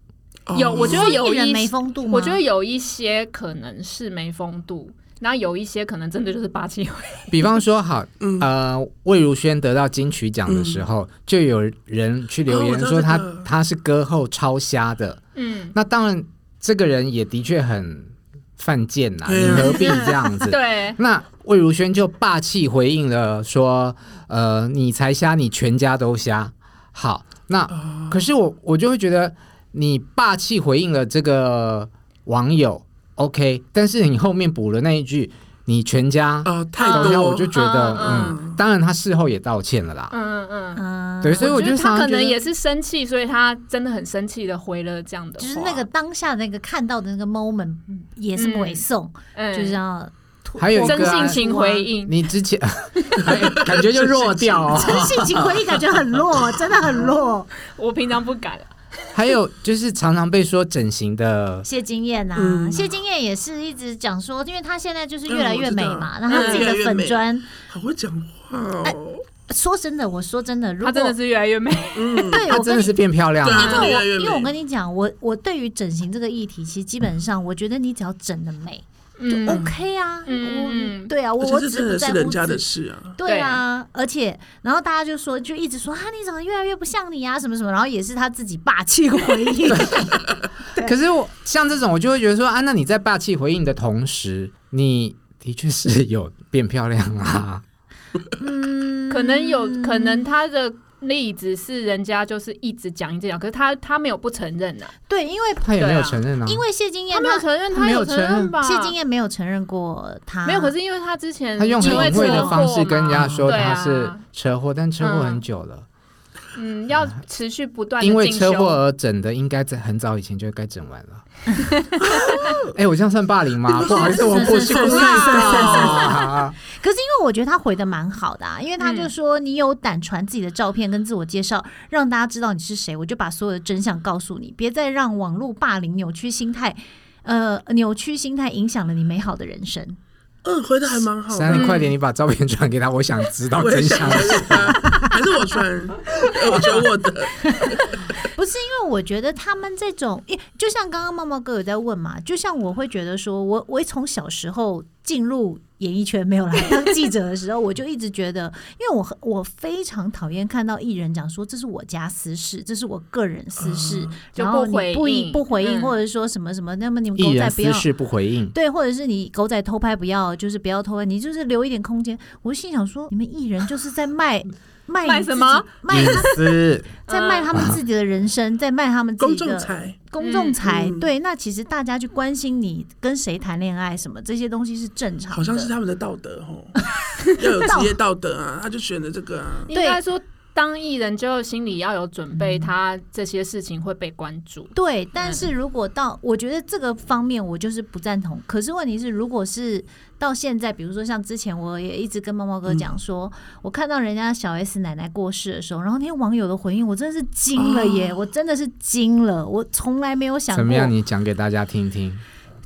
Speaker 6: 哦
Speaker 5: 有，我觉得有
Speaker 3: 艺人
Speaker 5: 一
Speaker 3: 没风度吗？
Speaker 5: 我觉得有一些可能是没风度，那有一些可能真的就是霸气回应。
Speaker 4: 比方说，好，
Speaker 6: 嗯
Speaker 4: 呃，魏如萱得到金曲奖的时候，就有人去留
Speaker 6: 哦我
Speaker 4: 言
Speaker 6: 知道
Speaker 4: 说她
Speaker 6: 这个
Speaker 4: 她是歌后超瞎的。
Speaker 5: 嗯，
Speaker 4: 那当然，这个人也的确很犯贱呐、
Speaker 6: 对
Speaker 4: 你
Speaker 6: 啊
Speaker 4: 何必这
Speaker 6: *laughs*
Speaker 4: 样子？
Speaker 5: 对，
Speaker 4: 那魏如萱就霸气回应了说：“呃，你才瞎，你全家都瞎。”好，那
Speaker 6: 哦
Speaker 4: 可是我我就会觉得你霸气回应了这个网友，OK，但是你后面补了那一句“你全家
Speaker 6: 呃太
Speaker 4: 都瞎”，
Speaker 6: 多，
Speaker 4: 哦我就觉得
Speaker 5: 嗯
Speaker 4: 嗯当然他事后也道歉了啦。
Speaker 5: 嗯嗯嗯。
Speaker 3: 嗯，
Speaker 4: 对，所以
Speaker 5: 我觉
Speaker 4: 就
Speaker 5: 得
Speaker 4: 常常
Speaker 5: 他可
Speaker 4: 觉
Speaker 5: 能
Speaker 4: 得
Speaker 5: 也是生气，所以他真的很生气的回了这样的话，
Speaker 3: 就是那个当下那个看到的那个 moment 也是不会送，
Speaker 5: 嗯
Speaker 3: 就是要吐
Speaker 4: 还有一个
Speaker 5: 真
Speaker 4: 啊
Speaker 5: 性情回应，
Speaker 4: 你之
Speaker 5: *laughs*
Speaker 4: 前哎感觉就弱掉哦。
Speaker 3: 真性情回忆感觉很弱， *laughs* 真的很弱，
Speaker 5: 我平常不敢。
Speaker 4: 还有就是常常被说整形的
Speaker 3: 谢金燕啊，
Speaker 6: 嗯
Speaker 3: 谢金燕也是一直讲说，因为她现在就是越来越美嘛，
Speaker 6: 嗯
Speaker 3: 然后她自己的粉砖，
Speaker 6: 好会讲话哦，
Speaker 3: 说真的，我说真的，如
Speaker 5: 她
Speaker 3: 果
Speaker 5: 真的是越来越美，
Speaker 6: 嗯，
Speaker 5: 哎
Speaker 3: 对
Speaker 4: 她真
Speaker 3: 我
Speaker 4: 的
Speaker 3: 跟你
Speaker 4: 是变漂亮
Speaker 6: 对
Speaker 4: 了
Speaker 6: 啊。
Speaker 3: 因为
Speaker 6: 越来
Speaker 3: 我
Speaker 6: 越
Speaker 3: 因为我
Speaker 6: 美
Speaker 3: 跟你讲，我我对于整形这个议题，其实基本上我觉得你只要整的美就
Speaker 5: 嗯
Speaker 3: OK 啊，
Speaker 5: 嗯
Speaker 3: 我对啊，我
Speaker 6: 而
Speaker 3: 我
Speaker 6: 且这
Speaker 3: 只
Speaker 6: 真
Speaker 3: 不
Speaker 6: 的
Speaker 3: 在
Speaker 6: 是
Speaker 3: 乎
Speaker 6: 人家
Speaker 3: 自
Speaker 6: 的事啊，
Speaker 3: 对啊，而且然后大家就说，就一直说啊，你长得越来越不像你啊，什么什么，然后也是他自己霸气回
Speaker 5: *laughs*
Speaker 3: 应，
Speaker 4: 可是我像这种，我就会觉得说啊，那你在霸气回应的同时，你的确是有变漂亮啊。
Speaker 3: 嗯，
Speaker 5: 可能有可能她的例子是人家就是一直讲一直讲，可是她她没有不承认呐、
Speaker 3: 对，因为
Speaker 4: 他也没有
Speaker 5: 对啊
Speaker 4: 承认啊，
Speaker 3: 因为谢金
Speaker 5: 她
Speaker 3: 燕
Speaker 5: 没有
Speaker 3: 她
Speaker 5: 承认，
Speaker 4: 她没
Speaker 5: 她
Speaker 4: 有
Speaker 5: 承
Speaker 4: 承认
Speaker 5: 认吧？
Speaker 3: 谢金燕没有承认过他
Speaker 5: 啊没有，可是因为她之前
Speaker 4: 他用很
Speaker 5: 因为
Speaker 4: 隐晦的
Speaker 5: 车
Speaker 4: 方
Speaker 5: 祸
Speaker 4: 式跟人家
Speaker 5: 嘛
Speaker 4: 说
Speaker 5: 对
Speaker 4: 他
Speaker 5: 啊
Speaker 4: 是车祸，但车祸很久了，
Speaker 5: 嗯，要持续不断地
Speaker 4: 因为
Speaker 5: 进
Speaker 4: 车
Speaker 5: 修
Speaker 4: 祸而整的，应该在很早以前就该整完了。 *laughs* 哎、我这样算霸凌吗？不好意思，我我是故意的。
Speaker 3: 可是因为我觉得他回的蛮好的、啊，因为他
Speaker 5: 嗯
Speaker 3: 就说你有胆传自己的照片跟自我介绍，让大家知道你是谁，我就把所有的真相告诉你，别再让网络霸凌扭曲心态，呃，扭曲心态影响了你美好的人生。
Speaker 6: 嗯，回的还蛮好
Speaker 4: 珊
Speaker 6: 的。
Speaker 4: 珊，你快点，你把照片传给他，我想知道
Speaker 6: 我
Speaker 4: 真
Speaker 6: 也
Speaker 4: 相
Speaker 6: 想。还是我穿，呃我觉得我的
Speaker 3: 不是因为我觉得他们这种，因就像刚刚茂茂哥有在问嘛，就像我会觉得说，我我从小时候进入演艺圈没有来当记者的时候，我就一直觉得，因为我很我非常讨厌看到艺人讲说这是我家私事，这是我个人私事，
Speaker 5: 嗯就
Speaker 3: 然后
Speaker 5: 不
Speaker 3: 你
Speaker 5: 回
Speaker 3: 不
Speaker 5: 应
Speaker 3: 不回应，
Speaker 5: 嗯
Speaker 3: 或者说什么什么，那么你们
Speaker 4: 艺
Speaker 3: 狗
Speaker 4: 人
Speaker 3: 仔不
Speaker 4: 私
Speaker 3: 要。
Speaker 4: 事不回
Speaker 3: *laughs*
Speaker 4: 应，
Speaker 3: 对，或者是你狗仔偷拍不要，就是不要偷拍，你就是留一点空间。我心想说，你们艺人就是
Speaker 5: *laughs*
Speaker 3: 在卖卖
Speaker 5: 卖
Speaker 3: 你
Speaker 5: 什
Speaker 3: 自己
Speaker 5: 么
Speaker 3: 卖
Speaker 4: 隐
Speaker 3: 他
Speaker 4: 私。
Speaker 3: 在
Speaker 4: 嗯
Speaker 3: 卖他们自己的人生，在卖他们自
Speaker 6: 公
Speaker 3: 己
Speaker 6: 众
Speaker 3: 的
Speaker 6: 财，
Speaker 3: 公众财、
Speaker 6: 嗯
Speaker 3: 对，那其实大家去关心你跟谁谈恋爱什么这些东西是正常的，
Speaker 6: 好像是他们的道德哦，要有职业道德啊，他就选了这个啊。
Speaker 5: 应
Speaker 3: 对
Speaker 5: 该说当艺人就心里要有准
Speaker 4: 嗯
Speaker 5: 备，他这些事情会被关注。
Speaker 3: 对。但是如果到我觉得这个方面我就是不赞同，可是问题是，如果是到现在，比如说像之前我也一直跟猫猫
Speaker 6: 嗯
Speaker 3: 哥讲说，我看到人家小 S 奶奶过世的时候，然后那些网友的回应，我真的是惊了耶，我真的是惊了，我从来没有想
Speaker 4: 啊
Speaker 3: 过
Speaker 4: 怎么样？你讲给大家听听。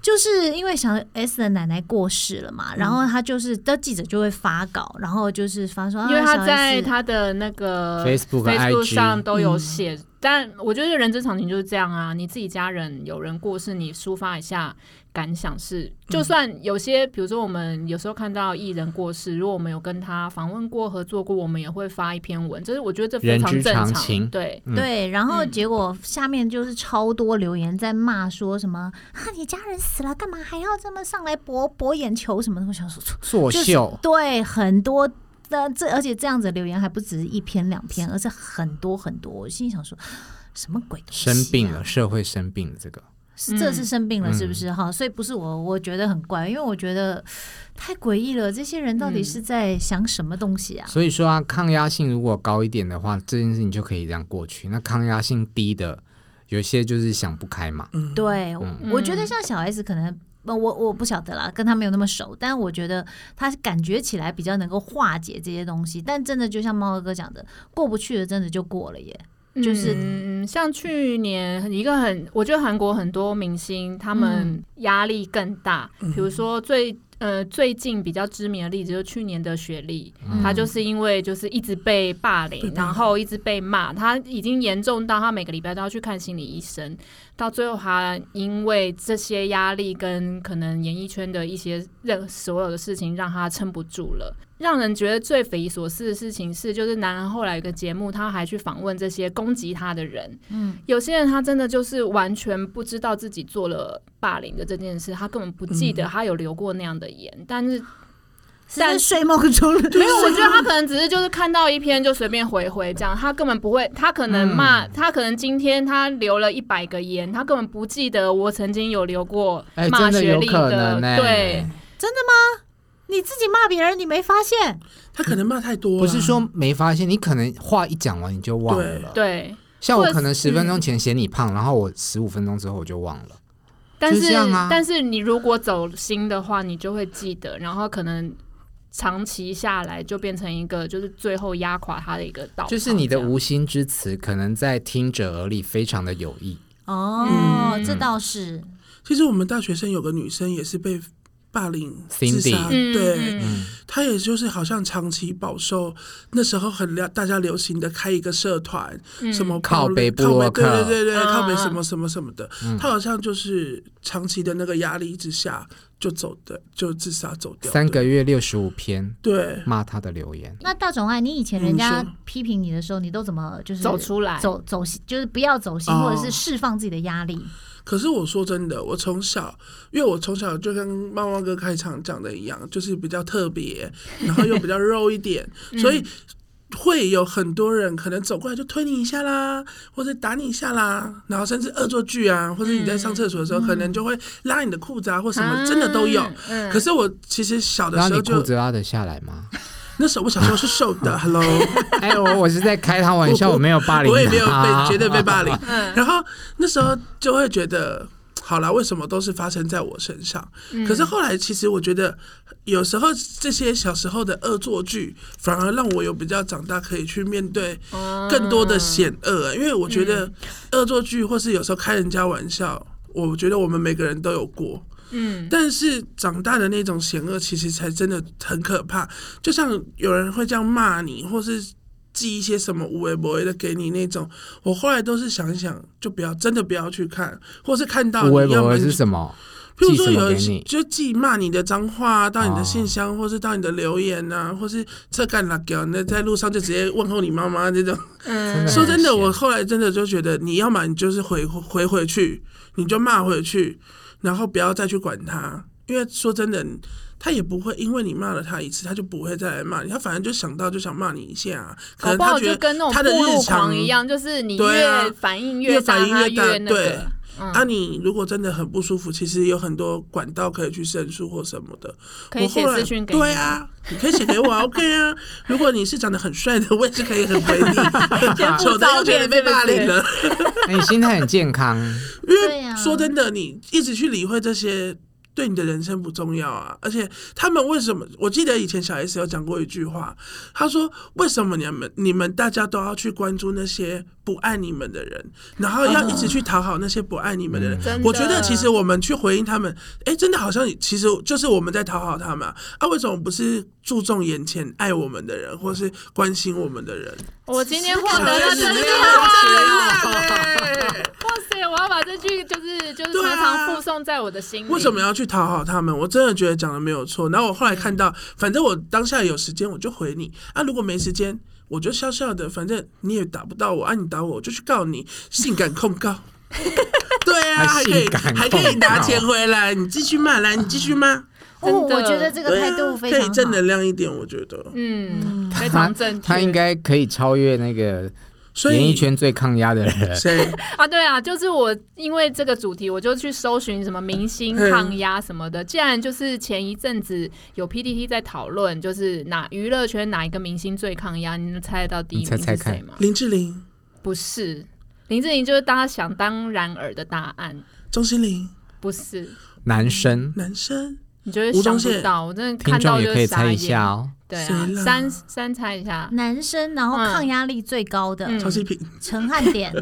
Speaker 3: 就是因为小 S 的奶奶过世了
Speaker 5: 嗯
Speaker 3: 嘛，然后她就是，的记者就会发稿，然后就是发说，啊
Speaker 5: 因为
Speaker 3: 小
Speaker 5: 他
Speaker 3: S
Speaker 5: 在他的那个
Speaker 4: Facebook 和
Speaker 5: Facebook
Speaker 4: IG
Speaker 5: 上都
Speaker 3: 嗯
Speaker 5: 有写，但我觉得人之常情就是这样啊。你自己家人有人过世，你抒发一下感想是，
Speaker 4: 嗯
Speaker 5: 就算有些，比如说我们有时候看到艺人过世，如果我们有跟他访问过、合作过，我们也会发一篇文，就是我觉得这非常
Speaker 4: 人之
Speaker 5: 正
Speaker 4: 常
Speaker 5: 常。
Speaker 4: 情
Speaker 5: 对，
Speaker 4: 嗯
Speaker 3: 对，然后结果下面就是超多留言在骂说什么、啊，你家人死了干嘛还要这么上来博博眼球什么的？我想说， *laughs*
Speaker 4: 作
Speaker 3: 就是
Speaker 4: 秀，
Speaker 3: 对，很多。那这而且这样子的留言还不只是一篇两篇，而是很多很多。我心里想说，什么鬼东西啊、
Speaker 4: 生病了，社会生病了这个。
Speaker 3: 是这是生病了，是不是哈？所以不是我，我觉得很怪，因为我觉得太诡异了。这些人到底是在想什么东西啊？
Speaker 4: 所以说啊，抗压性如果高一点的话，这件事情就可以这样过去。那抗压性低的，有些就是想不开嘛。
Speaker 3: 对，
Speaker 4: 嗯
Speaker 3: 我觉得像小 S 可能呃我我不晓得啦，跟他没有那么熟，但我觉得他感觉起来比较能够化解这些东西。但真的就像猫哥讲的，过不去的真的就过了耶。就是
Speaker 5: 嗯，像去年一个很，我觉得韩国很多明星他们
Speaker 3: 嗯
Speaker 5: 压力更大，比如说最。呃，最近比较知名的例子就是去年的雪莉，
Speaker 3: 嗯
Speaker 5: 她就是因为就是一直被霸凌，然后一直被骂，她已经严重到她每个礼拜都要去看心理医生，到最后她因为这些压力跟可能演艺圈的一些任所有的事情，让她撑不住了。让人觉得最匪夷所思的事情是，就是男人后来有个节目，他还去访问这些攻击他的人。嗯，有些人他真的就是完全不知道自己做了霸凌的这件事，他根本不记得他有流过那样的言，但是
Speaker 3: 是在睡梦中了，
Speaker 5: 没有，
Speaker 4: 啊
Speaker 5: 我觉得他可能只是就是看到一篇就随便回回这样，他根本不会，他可能骂，
Speaker 4: 嗯
Speaker 5: 他可能今天他留了一百个言，他根本不记得我曾经有留过
Speaker 4: 哎
Speaker 5: 骂
Speaker 4: 真的
Speaker 5: 学
Speaker 4: 有
Speaker 5: 历
Speaker 4: 可能欸呢
Speaker 5: 对，
Speaker 3: 你自己骂别人，你没发现？
Speaker 6: 他可能骂太多了，啊
Speaker 4: 不是说没发现，你可能话一讲完你就忘了。，
Speaker 5: 对，
Speaker 4: 像我
Speaker 5: 或者
Speaker 4: 可能
Speaker 5: 是
Speaker 4: 十分
Speaker 6: 嗯
Speaker 4: 钟前嫌你胖，然后我十五分钟之后我就忘了。
Speaker 5: 但
Speaker 4: 就是
Speaker 5: 是
Speaker 4: 这样啊
Speaker 5: 但是你如果走心的话，你就会记得，然后可能长期下来就变成一个就是最后压垮他的一个稻草，
Speaker 4: 就是你的
Speaker 5: 这样
Speaker 4: 无心之词，可能在听者耳里非常的有益。
Speaker 3: 哦，这倒是。
Speaker 6: 其实我们大学生有个女生也是被霸凌自
Speaker 4: Cindy
Speaker 6: 杀，
Speaker 5: 嗯
Speaker 6: 对，
Speaker 5: 嗯
Speaker 6: 她也就是好像长期饱受那时候很流大家流行的开一个社团，什么
Speaker 4: 靠嗯北部
Speaker 6: 靠
Speaker 4: 落
Speaker 6: 北对
Speaker 4: 客
Speaker 6: 对对对，
Speaker 5: 嗯
Speaker 6: 靠北什么什么什么的，她好像就是长期的那个压力之下就走的，就自杀走掉的。
Speaker 4: 三个月六十五篇
Speaker 6: 对，
Speaker 4: 骂他的留言，
Speaker 3: 那大总爱，你以前
Speaker 6: 嗯
Speaker 3: 人家
Speaker 6: 说
Speaker 3: 批评你的时候，你都怎么就是
Speaker 5: 走出来
Speaker 3: 走走心，就是不要走心，
Speaker 6: 哦
Speaker 3: 或者是释放自己的压力？
Speaker 6: 可是我说真的，我从小，因为我从小就跟猫猫哥开场讲的一样，就是比较特别，然后又比较肉一点，
Speaker 5: *laughs* 嗯
Speaker 6: 所以会有很多人可能走过来就推你一下啦，或者打你一下啦，然后甚至恶作剧啊，或者你在上厕所的时候，可能就会拉你的裤子啊或什么，真的都有。
Speaker 5: 嗯
Speaker 6: 可是我其实小的
Speaker 4: 然
Speaker 6: 时
Speaker 4: 后
Speaker 6: 候
Speaker 4: 你裤
Speaker 6: 就
Speaker 4: 子拉得下来吗？ *laughs*
Speaker 6: 那时候我小时候是瘦的，Hello，
Speaker 4: 哎，我我是在开他玩笑，我没有霸凌他，
Speaker 6: 我也没有被绝对被霸
Speaker 4: *laughs*
Speaker 6: 凌。
Speaker 5: 嗯
Speaker 6: 然后那时候就会觉得，好啦，为什么都是发生在我身上？可是后来，其实我觉得，有时候这些小时候的恶作剧，反而让我有比较长大可以去面对更多的险恶、啊因为我觉得恶作剧或是有时候开人家玩笑，我觉得我们每个人都有过。
Speaker 5: 嗯
Speaker 6: 但是长大的那种险恶，其实才真的很可怕。就像有人会这样骂你，或是寄一些什么无为不为的给你那种，我后来都是想一想，就不要真的不要去看，或是看到
Speaker 4: 无微
Speaker 6: 你
Speaker 4: 不
Speaker 6: 要么
Speaker 4: 微
Speaker 6: 你
Speaker 4: 是
Speaker 6: 就
Speaker 4: 什
Speaker 6: *laughs*
Speaker 4: 么？
Speaker 6: 譬如
Speaker 4: 寄
Speaker 6: 说
Speaker 4: 什么
Speaker 6: 有
Speaker 4: 给
Speaker 6: 一些
Speaker 4: 你？
Speaker 6: 就寄骂你的脏话、啊、到你的
Speaker 4: 哦
Speaker 6: 信箱，或是到你的留言呐、啊，或是这干那屌，那在路上就直接问候你妈妈这种。
Speaker 5: 嗯
Speaker 6: 说真的，
Speaker 4: 很
Speaker 6: 我
Speaker 4: 闲
Speaker 6: 后来真的就觉得，你要么你就是回回回去，你就骂回去，然后不要再去管他，因为说真的，他也不会因为你骂了他一次，他就不会再来骂你，他反正就想到就想骂你一下、啊，可能
Speaker 5: 搞不
Speaker 6: 他
Speaker 5: 好
Speaker 6: 觉
Speaker 5: 就
Speaker 6: 得
Speaker 5: 跟那种
Speaker 6: 他的
Speaker 5: 暴
Speaker 6: 日
Speaker 5: 露
Speaker 6: 常
Speaker 5: 狂一。样，就是你
Speaker 6: 对啊
Speaker 5: 越反应
Speaker 6: 越
Speaker 5: 大，
Speaker 6: 反应
Speaker 5: 他
Speaker 6: 大，
Speaker 5: 越那
Speaker 6: 对
Speaker 5: 个。。嗯
Speaker 6: 啊，你如果真的很不舒服，其实有很多管道可以去申诉或什么的。
Speaker 5: 可以
Speaker 6: 我后
Speaker 5: 写
Speaker 6: 来
Speaker 5: 私讯给你
Speaker 6: 对啊，你可以写
Speaker 5: *laughs*
Speaker 6: 给我啊，OK 啊。如果你是长得很帅的，我也是可以很回
Speaker 5: *laughs*
Speaker 6: 你。 *laughs*
Speaker 5: 附
Speaker 6: 丑的
Speaker 5: 照
Speaker 6: 又觉得
Speaker 5: 片
Speaker 6: 被
Speaker 5: 是不
Speaker 6: 霸凌
Speaker 5: 是
Speaker 6: 了。
Speaker 4: 哎，你心态很健康，
Speaker 6: *laughs* 因
Speaker 3: 对啊
Speaker 6: 为说真的，你一直去理会这些，对你的人生不重要啊。而且他们为什么？我记得以前小 S 有讲过一句话，他说：“为什么你们你们大家都要去关注那些不爱你们的人，然后要一直去讨好那些不爱你们的人？”
Speaker 5: 嗯真的
Speaker 6: 我觉得其实我们去回应他们，哎，真的好像其实就是我们在讨好他们啊。啊为什么不是注重眼前爱我们的人，或是关心我们的人？
Speaker 5: 我今天获得了
Speaker 6: 真
Speaker 5: 真
Speaker 6: 的
Speaker 5: 的
Speaker 6: 很
Speaker 5: 啊
Speaker 6: 烂欸
Speaker 5: 哇塞！我要把这句就是就是
Speaker 6: 对
Speaker 5: 常
Speaker 6: 啊
Speaker 5: 常附送在我的心里。
Speaker 6: 为什么要去讨好他们？我真的觉得讲的没有错。然后我后来看到，反正我当下有时间我就回你啊，如果没时间我就笑笑的，反正你也打不到我啊，你打我我就去告你，性感控 *laughs* 告。对啊， *laughs* 还
Speaker 4: 还
Speaker 6: 可以
Speaker 4: 性感控告
Speaker 6: 还可以拿钱回来，你继续骂，来你继续
Speaker 3: *laughs*
Speaker 6: 骂。
Speaker 3: 哦，
Speaker 5: 真的
Speaker 3: 我觉得这个
Speaker 6: 对
Speaker 3: 态
Speaker 6: 啊，
Speaker 3: 度非
Speaker 6: 可
Speaker 3: 常
Speaker 6: 以
Speaker 3: 好。
Speaker 6: 正能量一点，我觉得。
Speaker 5: 嗯，非
Speaker 4: 他
Speaker 5: 常正确。
Speaker 4: 他应该可以超越那个
Speaker 6: *laughs* 所
Speaker 4: 演艺
Speaker 6: 以
Speaker 4: 圈最抗压的人。
Speaker 6: 谁？
Speaker 5: 啊，对啊，就是我因为这个主题，我就去搜寻什么明星
Speaker 6: 嗯
Speaker 5: 抗压什么的。既然就是前一阵子有 PDT 在讨论，就是哪娱乐圈哪一个明星最抗压，你能猜得到第一
Speaker 4: 你猜
Speaker 5: 名
Speaker 4: 猜
Speaker 5: 是
Speaker 4: 看
Speaker 5: 谁吗？
Speaker 6: 林志玲、
Speaker 5: 不是，林志颖就是大家想当然尔的答案，
Speaker 6: 钟欣凌，
Speaker 5: 不是。
Speaker 4: 男
Speaker 6: *laughs*
Speaker 4: 生
Speaker 6: 男生
Speaker 5: 你就会
Speaker 6: 吴
Speaker 5: 想
Speaker 6: 宗
Speaker 5: 不
Speaker 6: 宪
Speaker 5: 到，我真的
Speaker 4: 听
Speaker 5: 看
Speaker 4: 众
Speaker 5: 到
Speaker 4: 也
Speaker 5: 就
Speaker 4: 可以
Speaker 5: 是傻
Speaker 4: 猜一
Speaker 5: 眼。
Speaker 4: 下哦。
Speaker 5: 对啊
Speaker 6: 谁，啦
Speaker 5: 三三猜一下，
Speaker 3: 男生，然后
Speaker 5: 嗯
Speaker 3: 抗压力最高的
Speaker 5: 嗯哎
Speaker 6: 曹希平，
Speaker 3: 陈汉
Speaker 5: *laughs*
Speaker 3: 典，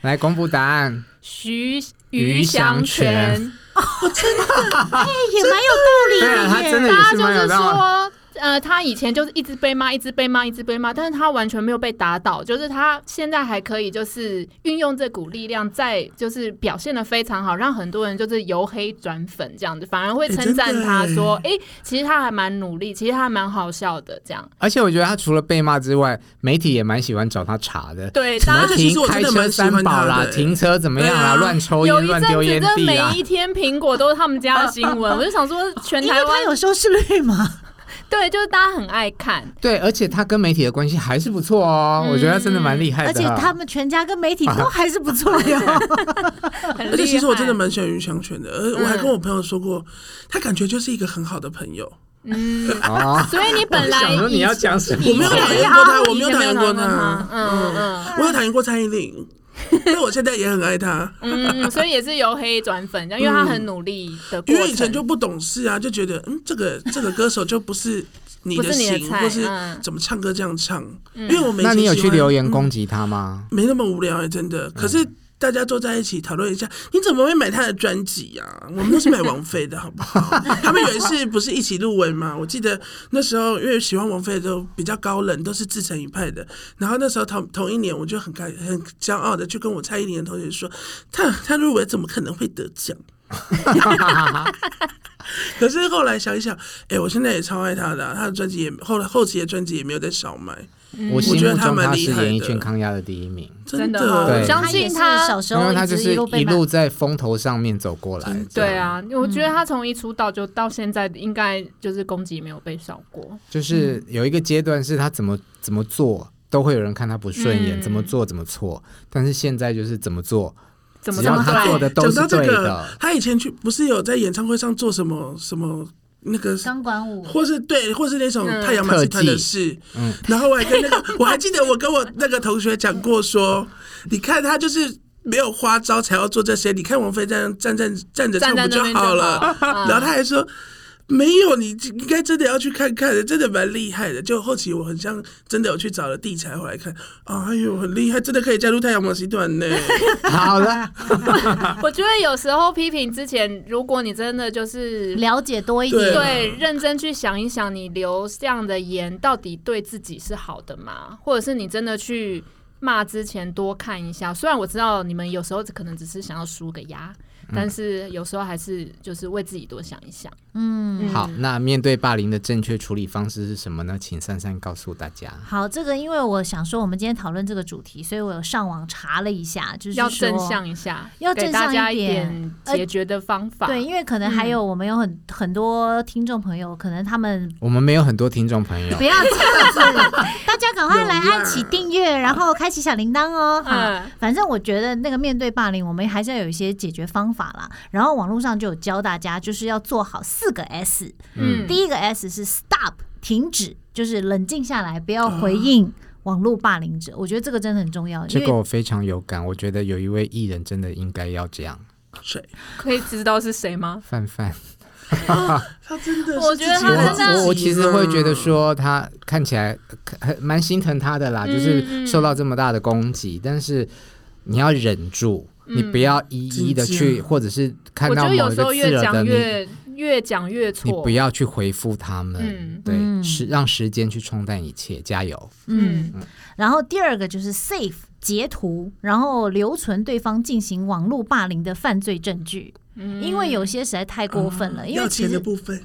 Speaker 4: 来公布答案，
Speaker 5: 徐
Speaker 4: 于
Speaker 5: 祥
Speaker 4: 祥全
Speaker 5: 全，
Speaker 3: 哎，也蛮有
Speaker 4: 对啊
Speaker 3: 道
Speaker 4: 他
Speaker 3: 理
Speaker 4: 真的
Speaker 3: 耶。
Speaker 4: 也
Speaker 5: 他
Speaker 4: 是
Speaker 5: 就
Speaker 4: 蛮有
Speaker 5: 是
Speaker 4: 道理。
Speaker 5: 说，呃，他以前就是一直被骂，一直被骂，一直被骂，但是他完全没有被打倒，就是他现在还可以就是运用这股力量，在就是表现的非常好，让很多人就是由黑转粉这样子，反而会
Speaker 6: 哎
Speaker 5: 称赞
Speaker 6: 真的
Speaker 5: 他
Speaker 6: 耶
Speaker 5: 说，哎、其实他还蛮努力，其实他还蛮好笑的这样。
Speaker 4: 而且我觉得他除了被骂之外，媒体也蛮喜欢找他查的。
Speaker 5: 对，
Speaker 4: 什么
Speaker 5: 大
Speaker 6: 而
Speaker 5: 家
Speaker 6: 且其实
Speaker 4: 停
Speaker 6: 我
Speaker 4: 开
Speaker 6: 真的
Speaker 4: 车
Speaker 6: 蛮喜欢
Speaker 4: 三
Speaker 6: 他的
Speaker 4: 宝啦，
Speaker 6: 欸
Speaker 4: 停车怎么样啦，
Speaker 6: 对啊
Speaker 4: 乱抽
Speaker 5: 有
Speaker 4: 烟、
Speaker 5: 一
Speaker 4: 乱
Speaker 5: 阵
Speaker 4: 丢
Speaker 5: 子，
Speaker 4: 烟
Speaker 5: 真
Speaker 4: 蒂
Speaker 5: 每
Speaker 4: 啊。
Speaker 5: 一天苹果都是他们家的新闻，我就想说，全
Speaker 3: 因
Speaker 5: 台
Speaker 3: 为
Speaker 5: 湾
Speaker 3: 他有时候是绿嘛，
Speaker 5: 对，就是大家很爱看。
Speaker 4: 对，而且他跟媒体的关系还是不错哦，
Speaker 6: 嗯
Speaker 4: 我觉得他真的蛮厉害的。
Speaker 3: 而且他们全家跟
Speaker 5: *laughs*
Speaker 3: 媒体都还是不错哟。
Speaker 5: 很
Speaker 6: 而且其实我真的
Speaker 5: 厉害
Speaker 6: 蛮喜欢于祥全的，而我还跟我朋友说
Speaker 3: 嗯
Speaker 6: 过，他感觉就是一个很好的朋友。
Speaker 5: 嗯，
Speaker 4: 哦，
Speaker 5: 所以你
Speaker 4: *laughs*
Speaker 5: 本来
Speaker 4: 想说你
Speaker 5: 以
Speaker 4: 要讲什么？啊
Speaker 6: 我
Speaker 5: *laughs*
Speaker 6: 没有讨厌过他，我没有讨厌过
Speaker 5: 他
Speaker 6: 他，，
Speaker 5: 嗯嗯
Speaker 6: *laughs* 我有讨厌过蔡依
Speaker 5: *laughs*
Speaker 6: 林，但我现在也很爱他。
Speaker 5: 嗯，所以也是由黑转粉，这样因为他很努力的过
Speaker 6: 因
Speaker 5: 程，
Speaker 6: 为以前就不懂事啊，就觉得嗯，这个这个歌手就不是你
Speaker 5: 不
Speaker 6: 的
Speaker 5: 是你的
Speaker 6: 型，
Speaker 5: 菜
Speaker 6: 或是
Speaker 5: 嗯
Speaker 6: 怎么唱歌这样唱。因为我没
Speaker 4: 那你有去留言
Speaker 6: 公，
Speaker 4: 攻击他吗？
Speaker 6: 没那么无聊哎、真的。可是大家坐在一起讨论一下，你怎么会买他的专辑啊？我们都是买王菲的好不好？他们有一次不是一起入围吗？我记得那时候因为喜欢王菲的都比较高冷，都是自成一派的。然后那时候同同一年，我就很开很骄傲的去跟我蔡依林的同学说，他他入围怎么可能会得奖？ *laughs* 可是后来想一想，哎、我现在也超爱他的啊、他的专辑也后来后期的专辑也没有在少卖，
Speaker 4: 我心
Speaker 6: 嗯觉得
Speaker 4: 目
Speaker 6: 他
Speaker 4: 中
Speaker 6: 蛮
Speaker 4: 他
Speaker 6: 厉
Speaker 4: 是
Speaker 6: 害的
Speaker 4: 演艺圈抗压的第一名，
Speaker 5: 真的哦
Speaker 4: 对
Speaker 3: *laughs*
Speaker 5: 我相
Speaker 3: 他也
Speaker 5: 信
Speaker 3: 是
Speaker 5: 他
Speaker 3: 小时
Speaker 4: 因
Speaker 3: 候
Speaker 4: 为他
Speaker 3: 一
Speaker 4: 就
Speaker 3: 直
Speaker 4: 是
Speaker 3: 路被
Speaker 4: 一
Speaker 3: 骂。
Speaker 4: 路在风头上面走
Speaker 6: 嗯
Speaker 4: 过来。
Speaker 5: 对，啊，我觉得他从一出道就到现在，应该就是攻击没有被少过。
Speaker 4: 就是有一个阶段是他怎么怎么做都会有人看他不顺眼，
Speaker 5: 嗯
Speaker 4: 怎么做怎么错。但是现在就是怎么做，
Speaker 5: 怎么
Speaker 4: 只
Speaker 5: 这
Speaker 4: 要
Speaker 5: 么
Speaker 4: 他做
Speaker 5: 对？
Speaker 4: 的都
Speaker 6: 讲
Speaker 4: 是
Speaker 6: 到这
Speaker 4: 对
Speaker 6: 个
Speaker 4: 的，，
Speaker 6: 他以前去不是有在演唱会上做什么什么那个，
Speaker 3: 钢管 *laughs* 舞，
Speaker 6: 或是对，或是那种
Speaker 5: 嗯
Speaker 6: 太阳马戏团的事。
Speaker 4: 嗯
Speaker 6: 然后我还跟那个， *laughs* 我还记得我跟我那个同学讲过说，你看他就是。没有花招才要做这些，你看王菲这样站站站着唱
Speaker 5: 站
Speaker 6: 不
Speaker 5: 在那
Speaker 6: 就
Speaker 5: 边就
Speaker 6: 好了？ *laughs*
Speaker 5: 好嗯
Speaker 6: 然后他还说没有，你应该真的要去看看的，真的蛮厉害的。就后期我很像真的有去找了地才回来看，哎呦，很厉害，真的可以加入太阳马戏团
Speaker 5: *laughs*
Speaker 6: 呢。
Speaker 4: 好 *laughs* 了，
Speaker 5: 我觉得有时候批评之前，如果你真的就是
Speaker 3: 了解多一点。
Speaker 6: 对啊
Speaker 5: 对，认真去想一想，你留这样的言到底对自己是好的吗？或者是你真的去骂之前多看一下？虽然我知道你们有时候可能只是想要输个牙，
Speaker 4: 嗯
Speaker 5: 但是有时候还是就是为自己多想一想。嗯
Speaker 4: 好，那面对霸凌的正确处理方式是什么呢？请珊珊告诉大家。
Speaker 3: 好，这个因为我想说，我们今天讨论这个主题，所以我有上网查了一下，就是
Speaker 5: 要
Speaker 3: 说
Speaker 5: 正向一下，
Speaker 3: 要
Speaker 5: 给
Speaker 3: 正
Speaker 5: 大
Speaker 3: 向
Speaker 5: 家
Speaker 3: 一
Speaker 5: 一
Speaker 3: 点
Speaker 5: 点
Speaker 3: 呃
Speaker 5: 解决的方法。嗯
Speaker 3: 对，因为可能还有我们有很很多听众朋友，可能他们
Speaker 4: 我们没有很多听众朋友
Speaker 3: 不，要这样子，
Speaker 5: *laughs*
Speaker 3: 大家赶快来
Speaker 6: 有啦
Speaker 3: 按起订阅，然后开启小铃铛哦。
Speaker 5: 嗯
Speaker 3: 好，反正我觉得那个面对霸凌，我们还是要有一些解决方法啦。然后网络上就有教大家，就是要做好四个 S，
Speaker 5: 嗯，
Speaker 3: 第一个 S 是 stop 停止，就是冷静下来，不要回应网络霸凌者。我觉得这个真的很重要，因
Speaker 4: 这个
Speaker 3: 为
Speaker 4: 我非常有感。我觉得有一位艺人真的应该要这样，
Speaker 6: 谁？
Speaker 5: 可以知道是谁吗？
Speaker 4: 范范。
Speaker 6: 他真的，
Speaker 5: 我觉得他
Speaker 4: 我
Speaker 5: 啊真的
Speaker 4: 我我其实会觉得，说他看起来呃很蛮心疼他的啦，
Speaker 5: 嗯
Speaker 4: 就是受到这么大的攻击，但是你要忍住，你不要一一的
Speaker 6: 真
Speaker 4: 去，
Speaker 6: 的
Speaker 4: 或者是看
Speaker 5: 嗯我觉
Speaker 4: 到
Speaker 5: 得
Speaker 4: 某
Speaker 5: 有
Speaker 4: 一
Speaker 5: 时候
Speaker 4: 个
Speaker 5: 越
Speaker 4: 字了的
Speaker 5: 讲
Speaker 4: 你，
Speaker 5: 越越讲越错。
Speaker 4: 你不要去回复他们
Speaker 5: 嗯，
Speaker 4: 对，
Speaker 3: 嗯
Speaker 4: 时让时间去冲淡一切，加油！
Speaker 3: 嗯，然后第二个就是 save 截图，然后留存对方进行网络霸凌的犯罪证据，
Speaker 4: 嗯
Speaker 3: 因为有些实在太过分了，因
Speaker 6: 啊要
Speaker 3: 为其
Speaker 6: 钱的
Speaker 3: 实
Speaker 6: 部分，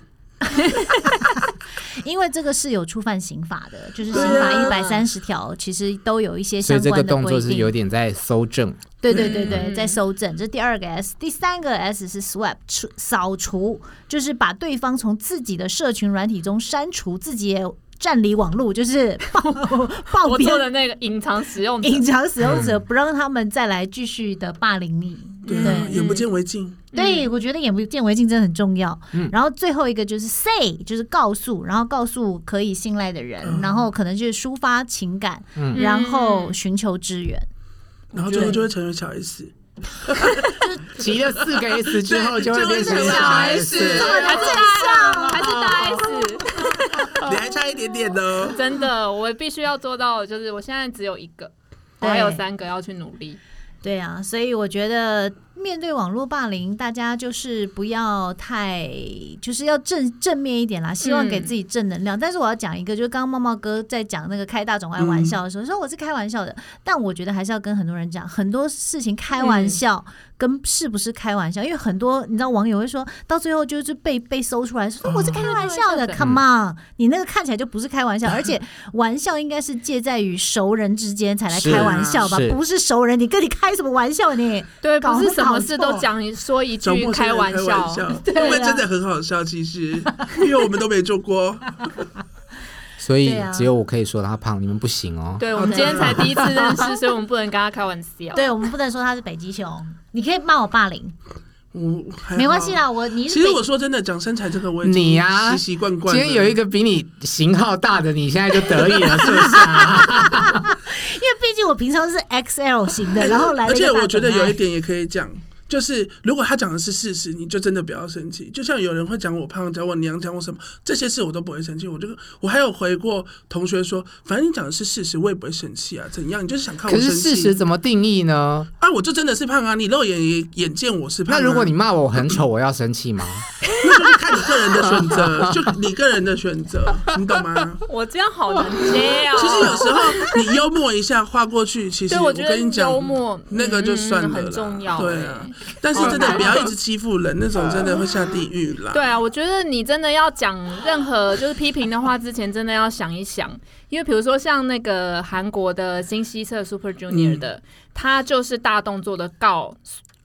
Speaker 3: 因为这个是有触犯刑法的，就是
Speaker 6: 对
Speaker 3: 刑
Speaker 6: 啊
Speaker 3: 法一百三十条其实都有一些
Speaker 4: 所
Speaker 3: 相
Speaker 4: 以这个
Speaker 3: 关的
Speaker 4: 动
Speaker 3: 规
Speaker 4: 作是有
Speaker 3: 定。
Speaker 4: 点在搜
Speaker 5: *laughs*
Speaker 4: 证，
Speaker 3: 对对对对，
Speaker 5: 嗯
Speaker 3: 在收整，这第二个 S，第三个 S 是 swap 除扫除，就是把对方从自己的社群软体中删除，自己也占领网络，就是报
Speaker 4: *laughs*
Speaker 3: 报
Speaker 5: 我做
Speaker 3: 别
Speaker 5: 的那个隐藏使
Speaker 3: *laughs*
Speaker 5: 用者，
Speaker 3: 隐藏使用者，不让他们再来继续的霸凌你。
Speaker 6: 对啊，眼不见为净。
Speaker 3: 对，我觉得眼不见为净真的很重要。然后最后一个就是 say，就是告诉，然后告诉可以信赖的人，然后可能就是抒
Speaker 5: 嗯
Speaker 3: 发情感，然后寻求支援。
Speaker 6: 然后最后就会成为小 S。
Speaker 4: 骑了四个 S 之后就会变成
Speaker 6: 就会成
Speaker 4: 小
Speaker 6: 小
Speaker 4: S，
Speaker 6: S
Speaker 5: 还是大 S，还是大 S，
Speaker 6: 你还差一点点哦呢。
Speaker 5: *laughs* 真的，我必须要做到，就是我现在只有一个，我还有三个要去努力。
Speaker 3: 对啊，所以我觉得面对网络霸凌，大家就是不要太，就是要正正面一点啦，希望给自己正能量。但是我要讲一个，就是刚刚茂茂哥在讲那个开大种爱玩笑的时候，说我是开玩笑的，但我觉得还是要跟很多人讲，很多事情开玩笑跟是不是开玩笑，因为很多你知道网友会说到最后就是被被搜出来说我是开玩笑的、
Speaker 5: 嗯
Speaker 3: c o m e on，你那个看起来就不是开玩笑，而且玩笑应该是介在于熟人之间才来
Speaker 4: 是
Speaker 3: 开玩笑吧，
Speaker 4: 是
Speaker 3: 不是熟人，你跟你开什么玩笑你？
Speaker 5: 对，
Speaker 3: 搞
Speaker 5: 不是什么
Speaker 3: 搞
Speaker 5: 事
Speaker 3: 错
Speaker 5: 都讲一说一
Speaker 6: 找
Speaker 5: 句
Speaker 6: 陌生
Speaker 5: 开
Speaker 6: 人
Speaker 5: 玩
Speaker 6: 开
Speaker 5: 笑
Speaker 6: *laughs* 玩，笑，
Speaker 3: 啊
Speaker 6: 因为真的很好笑，其实， *laughs* 因为我们都没做过。
Speaker 4: 所以
Speaker 3: 对啊
Speaker 4: 只有我可以说他胖，你们不行哦。
Speaker 5: 对我们今天才第一次认识，所以我们不能跟他开玩笑。
Speaker 3: *laughs* 对我们不能说他是北极熊，你可以骂我霸凌，
Speaker 6: 我
Speaker 3: 没关系
Speaker 6: 啦。
Speaker 3: 啦，我你
Speaker 6: 嗯
Speaker 3: 是
Speaker 6: 其实
Speaker 3: 北
Speaker 6: 我说真的，讲身材这个我已经
Speaker 4: 你呀、
Speaker 6: 习习惯惯
Speaker 4: 今
Speaker 6: 了。
Speaker 4: 天有一个比你型号大的，你现在就得意了，是不是啊？
Speaker 3: 因为毕竟我平常是 XL 型
Speaker 6: *laughs*
Speaker 3: 的，然
Speaker 4: 哦
Speaker 3: 后来了
Speaker 6: 而
Speaker 3: 一个
Speaker 6: 且我
Speaker 3: 大
Speaker 6: 觉
Speaker 3: 总
Speaker 6: 得有
Speaker 3: 裁
Speaker 6: 一点也可以讲，就是如果他讲的是事实，你就真的不要生气。就像有人会讲我胖，讲我娘，讲我什么这些事，我都不会生气。我就我还有回过同学说，反正你讲的是事实，我也不会生气啊。怎样？你就是想看我
Speaker 4: 可
Speaker 6: 生
Speaker 4: 是事实
Speaker 6: 气
Speaker 4: 怎么定义呢？
Speaker 6: 啊？我就真的是胖啊！你肉眼也眼见我是胖、啊。
Speaker 4: 那如果你骂我很丑，我要生气吗？
Speaker 6: 那就是看你个人的选择，就你个人的选择，你懂吗？
Speaker 5: 我这样好难接 *laughs* 哦。
Speaker 6: 其实有时候你幽默一下划过去，其实
Speaker 5: 对，我觉得
Speaker 6: 跟你讲，
Speaker 5: 幽默
Speaker 6: 那个就算了啦，
Speaker 5: 嗯很重要。
Speaker 6: 对啊，但是真的不要一直欺负人，那种真的会下地狱啦。
Speaker 5: 对，啊，我觉得你真的要讲任何就是批评的话之前，真的要想一想，因为比如说像那个韩国的新希澈 Super Junior
Speaker 6: 嗯
Speaker 5: 的，他就是大动作的告。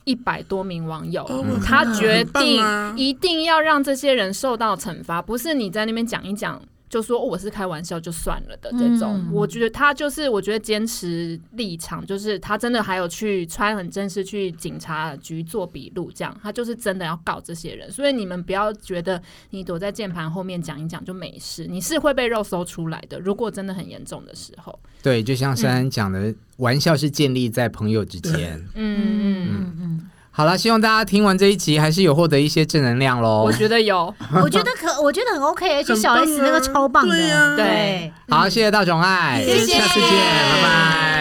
Speaker 5: 一百多名网友，
Speaker 6: 哦我
Speaker 5: 他
Speaker 6: 看到
Speaker 5: 决
Speaker 6: 很棒
Speaker 5: 定
Speaker 6: 啊
Speaker 5: 一定要让这些人受到惩罚，不是你在那边讲一讲就说、哦我是开玩笑就算了的这种。
Speaker 3: 嗯
Speaker 5: 我觉得他就是，我觉得坚持立场，就是他真的还有去穿很正式去警察局做笔录，这样他就是真的要告这些人。所以你们不要觉得你躲在键盘后面讲一讲就没事，你是会被肉搜出来的。如果真的很严重的时候，
Speaker 4: 对，就像珊珊讲的，玩笑是建立在朋友之间。
Speaker 5: 嗯，嗯
Speaker 3: 嗯嗯
Speaker 4: 好了，希望大家听完这一集，还是有获得一些正能量喽
Speaker 5: 我。觉得有。
Speaker 6: *laughs*
Speaker 3: 嗯，我觉得可我觉得很 OK，而且
Speaker 6: 很
Speaker 3: 小
Speaker 6: 棒
Speaker 3: S 那个
Speaker 6: 啊
Speaker 3: 超棒的，
Speaker 6: 对啊
Speaker 5: 对
Speaker 3: 对。
Speaker 4: 好，谢谢大囧爱，
Speaker 3: 谢谢
Speaker 4: 下次见，拜拜。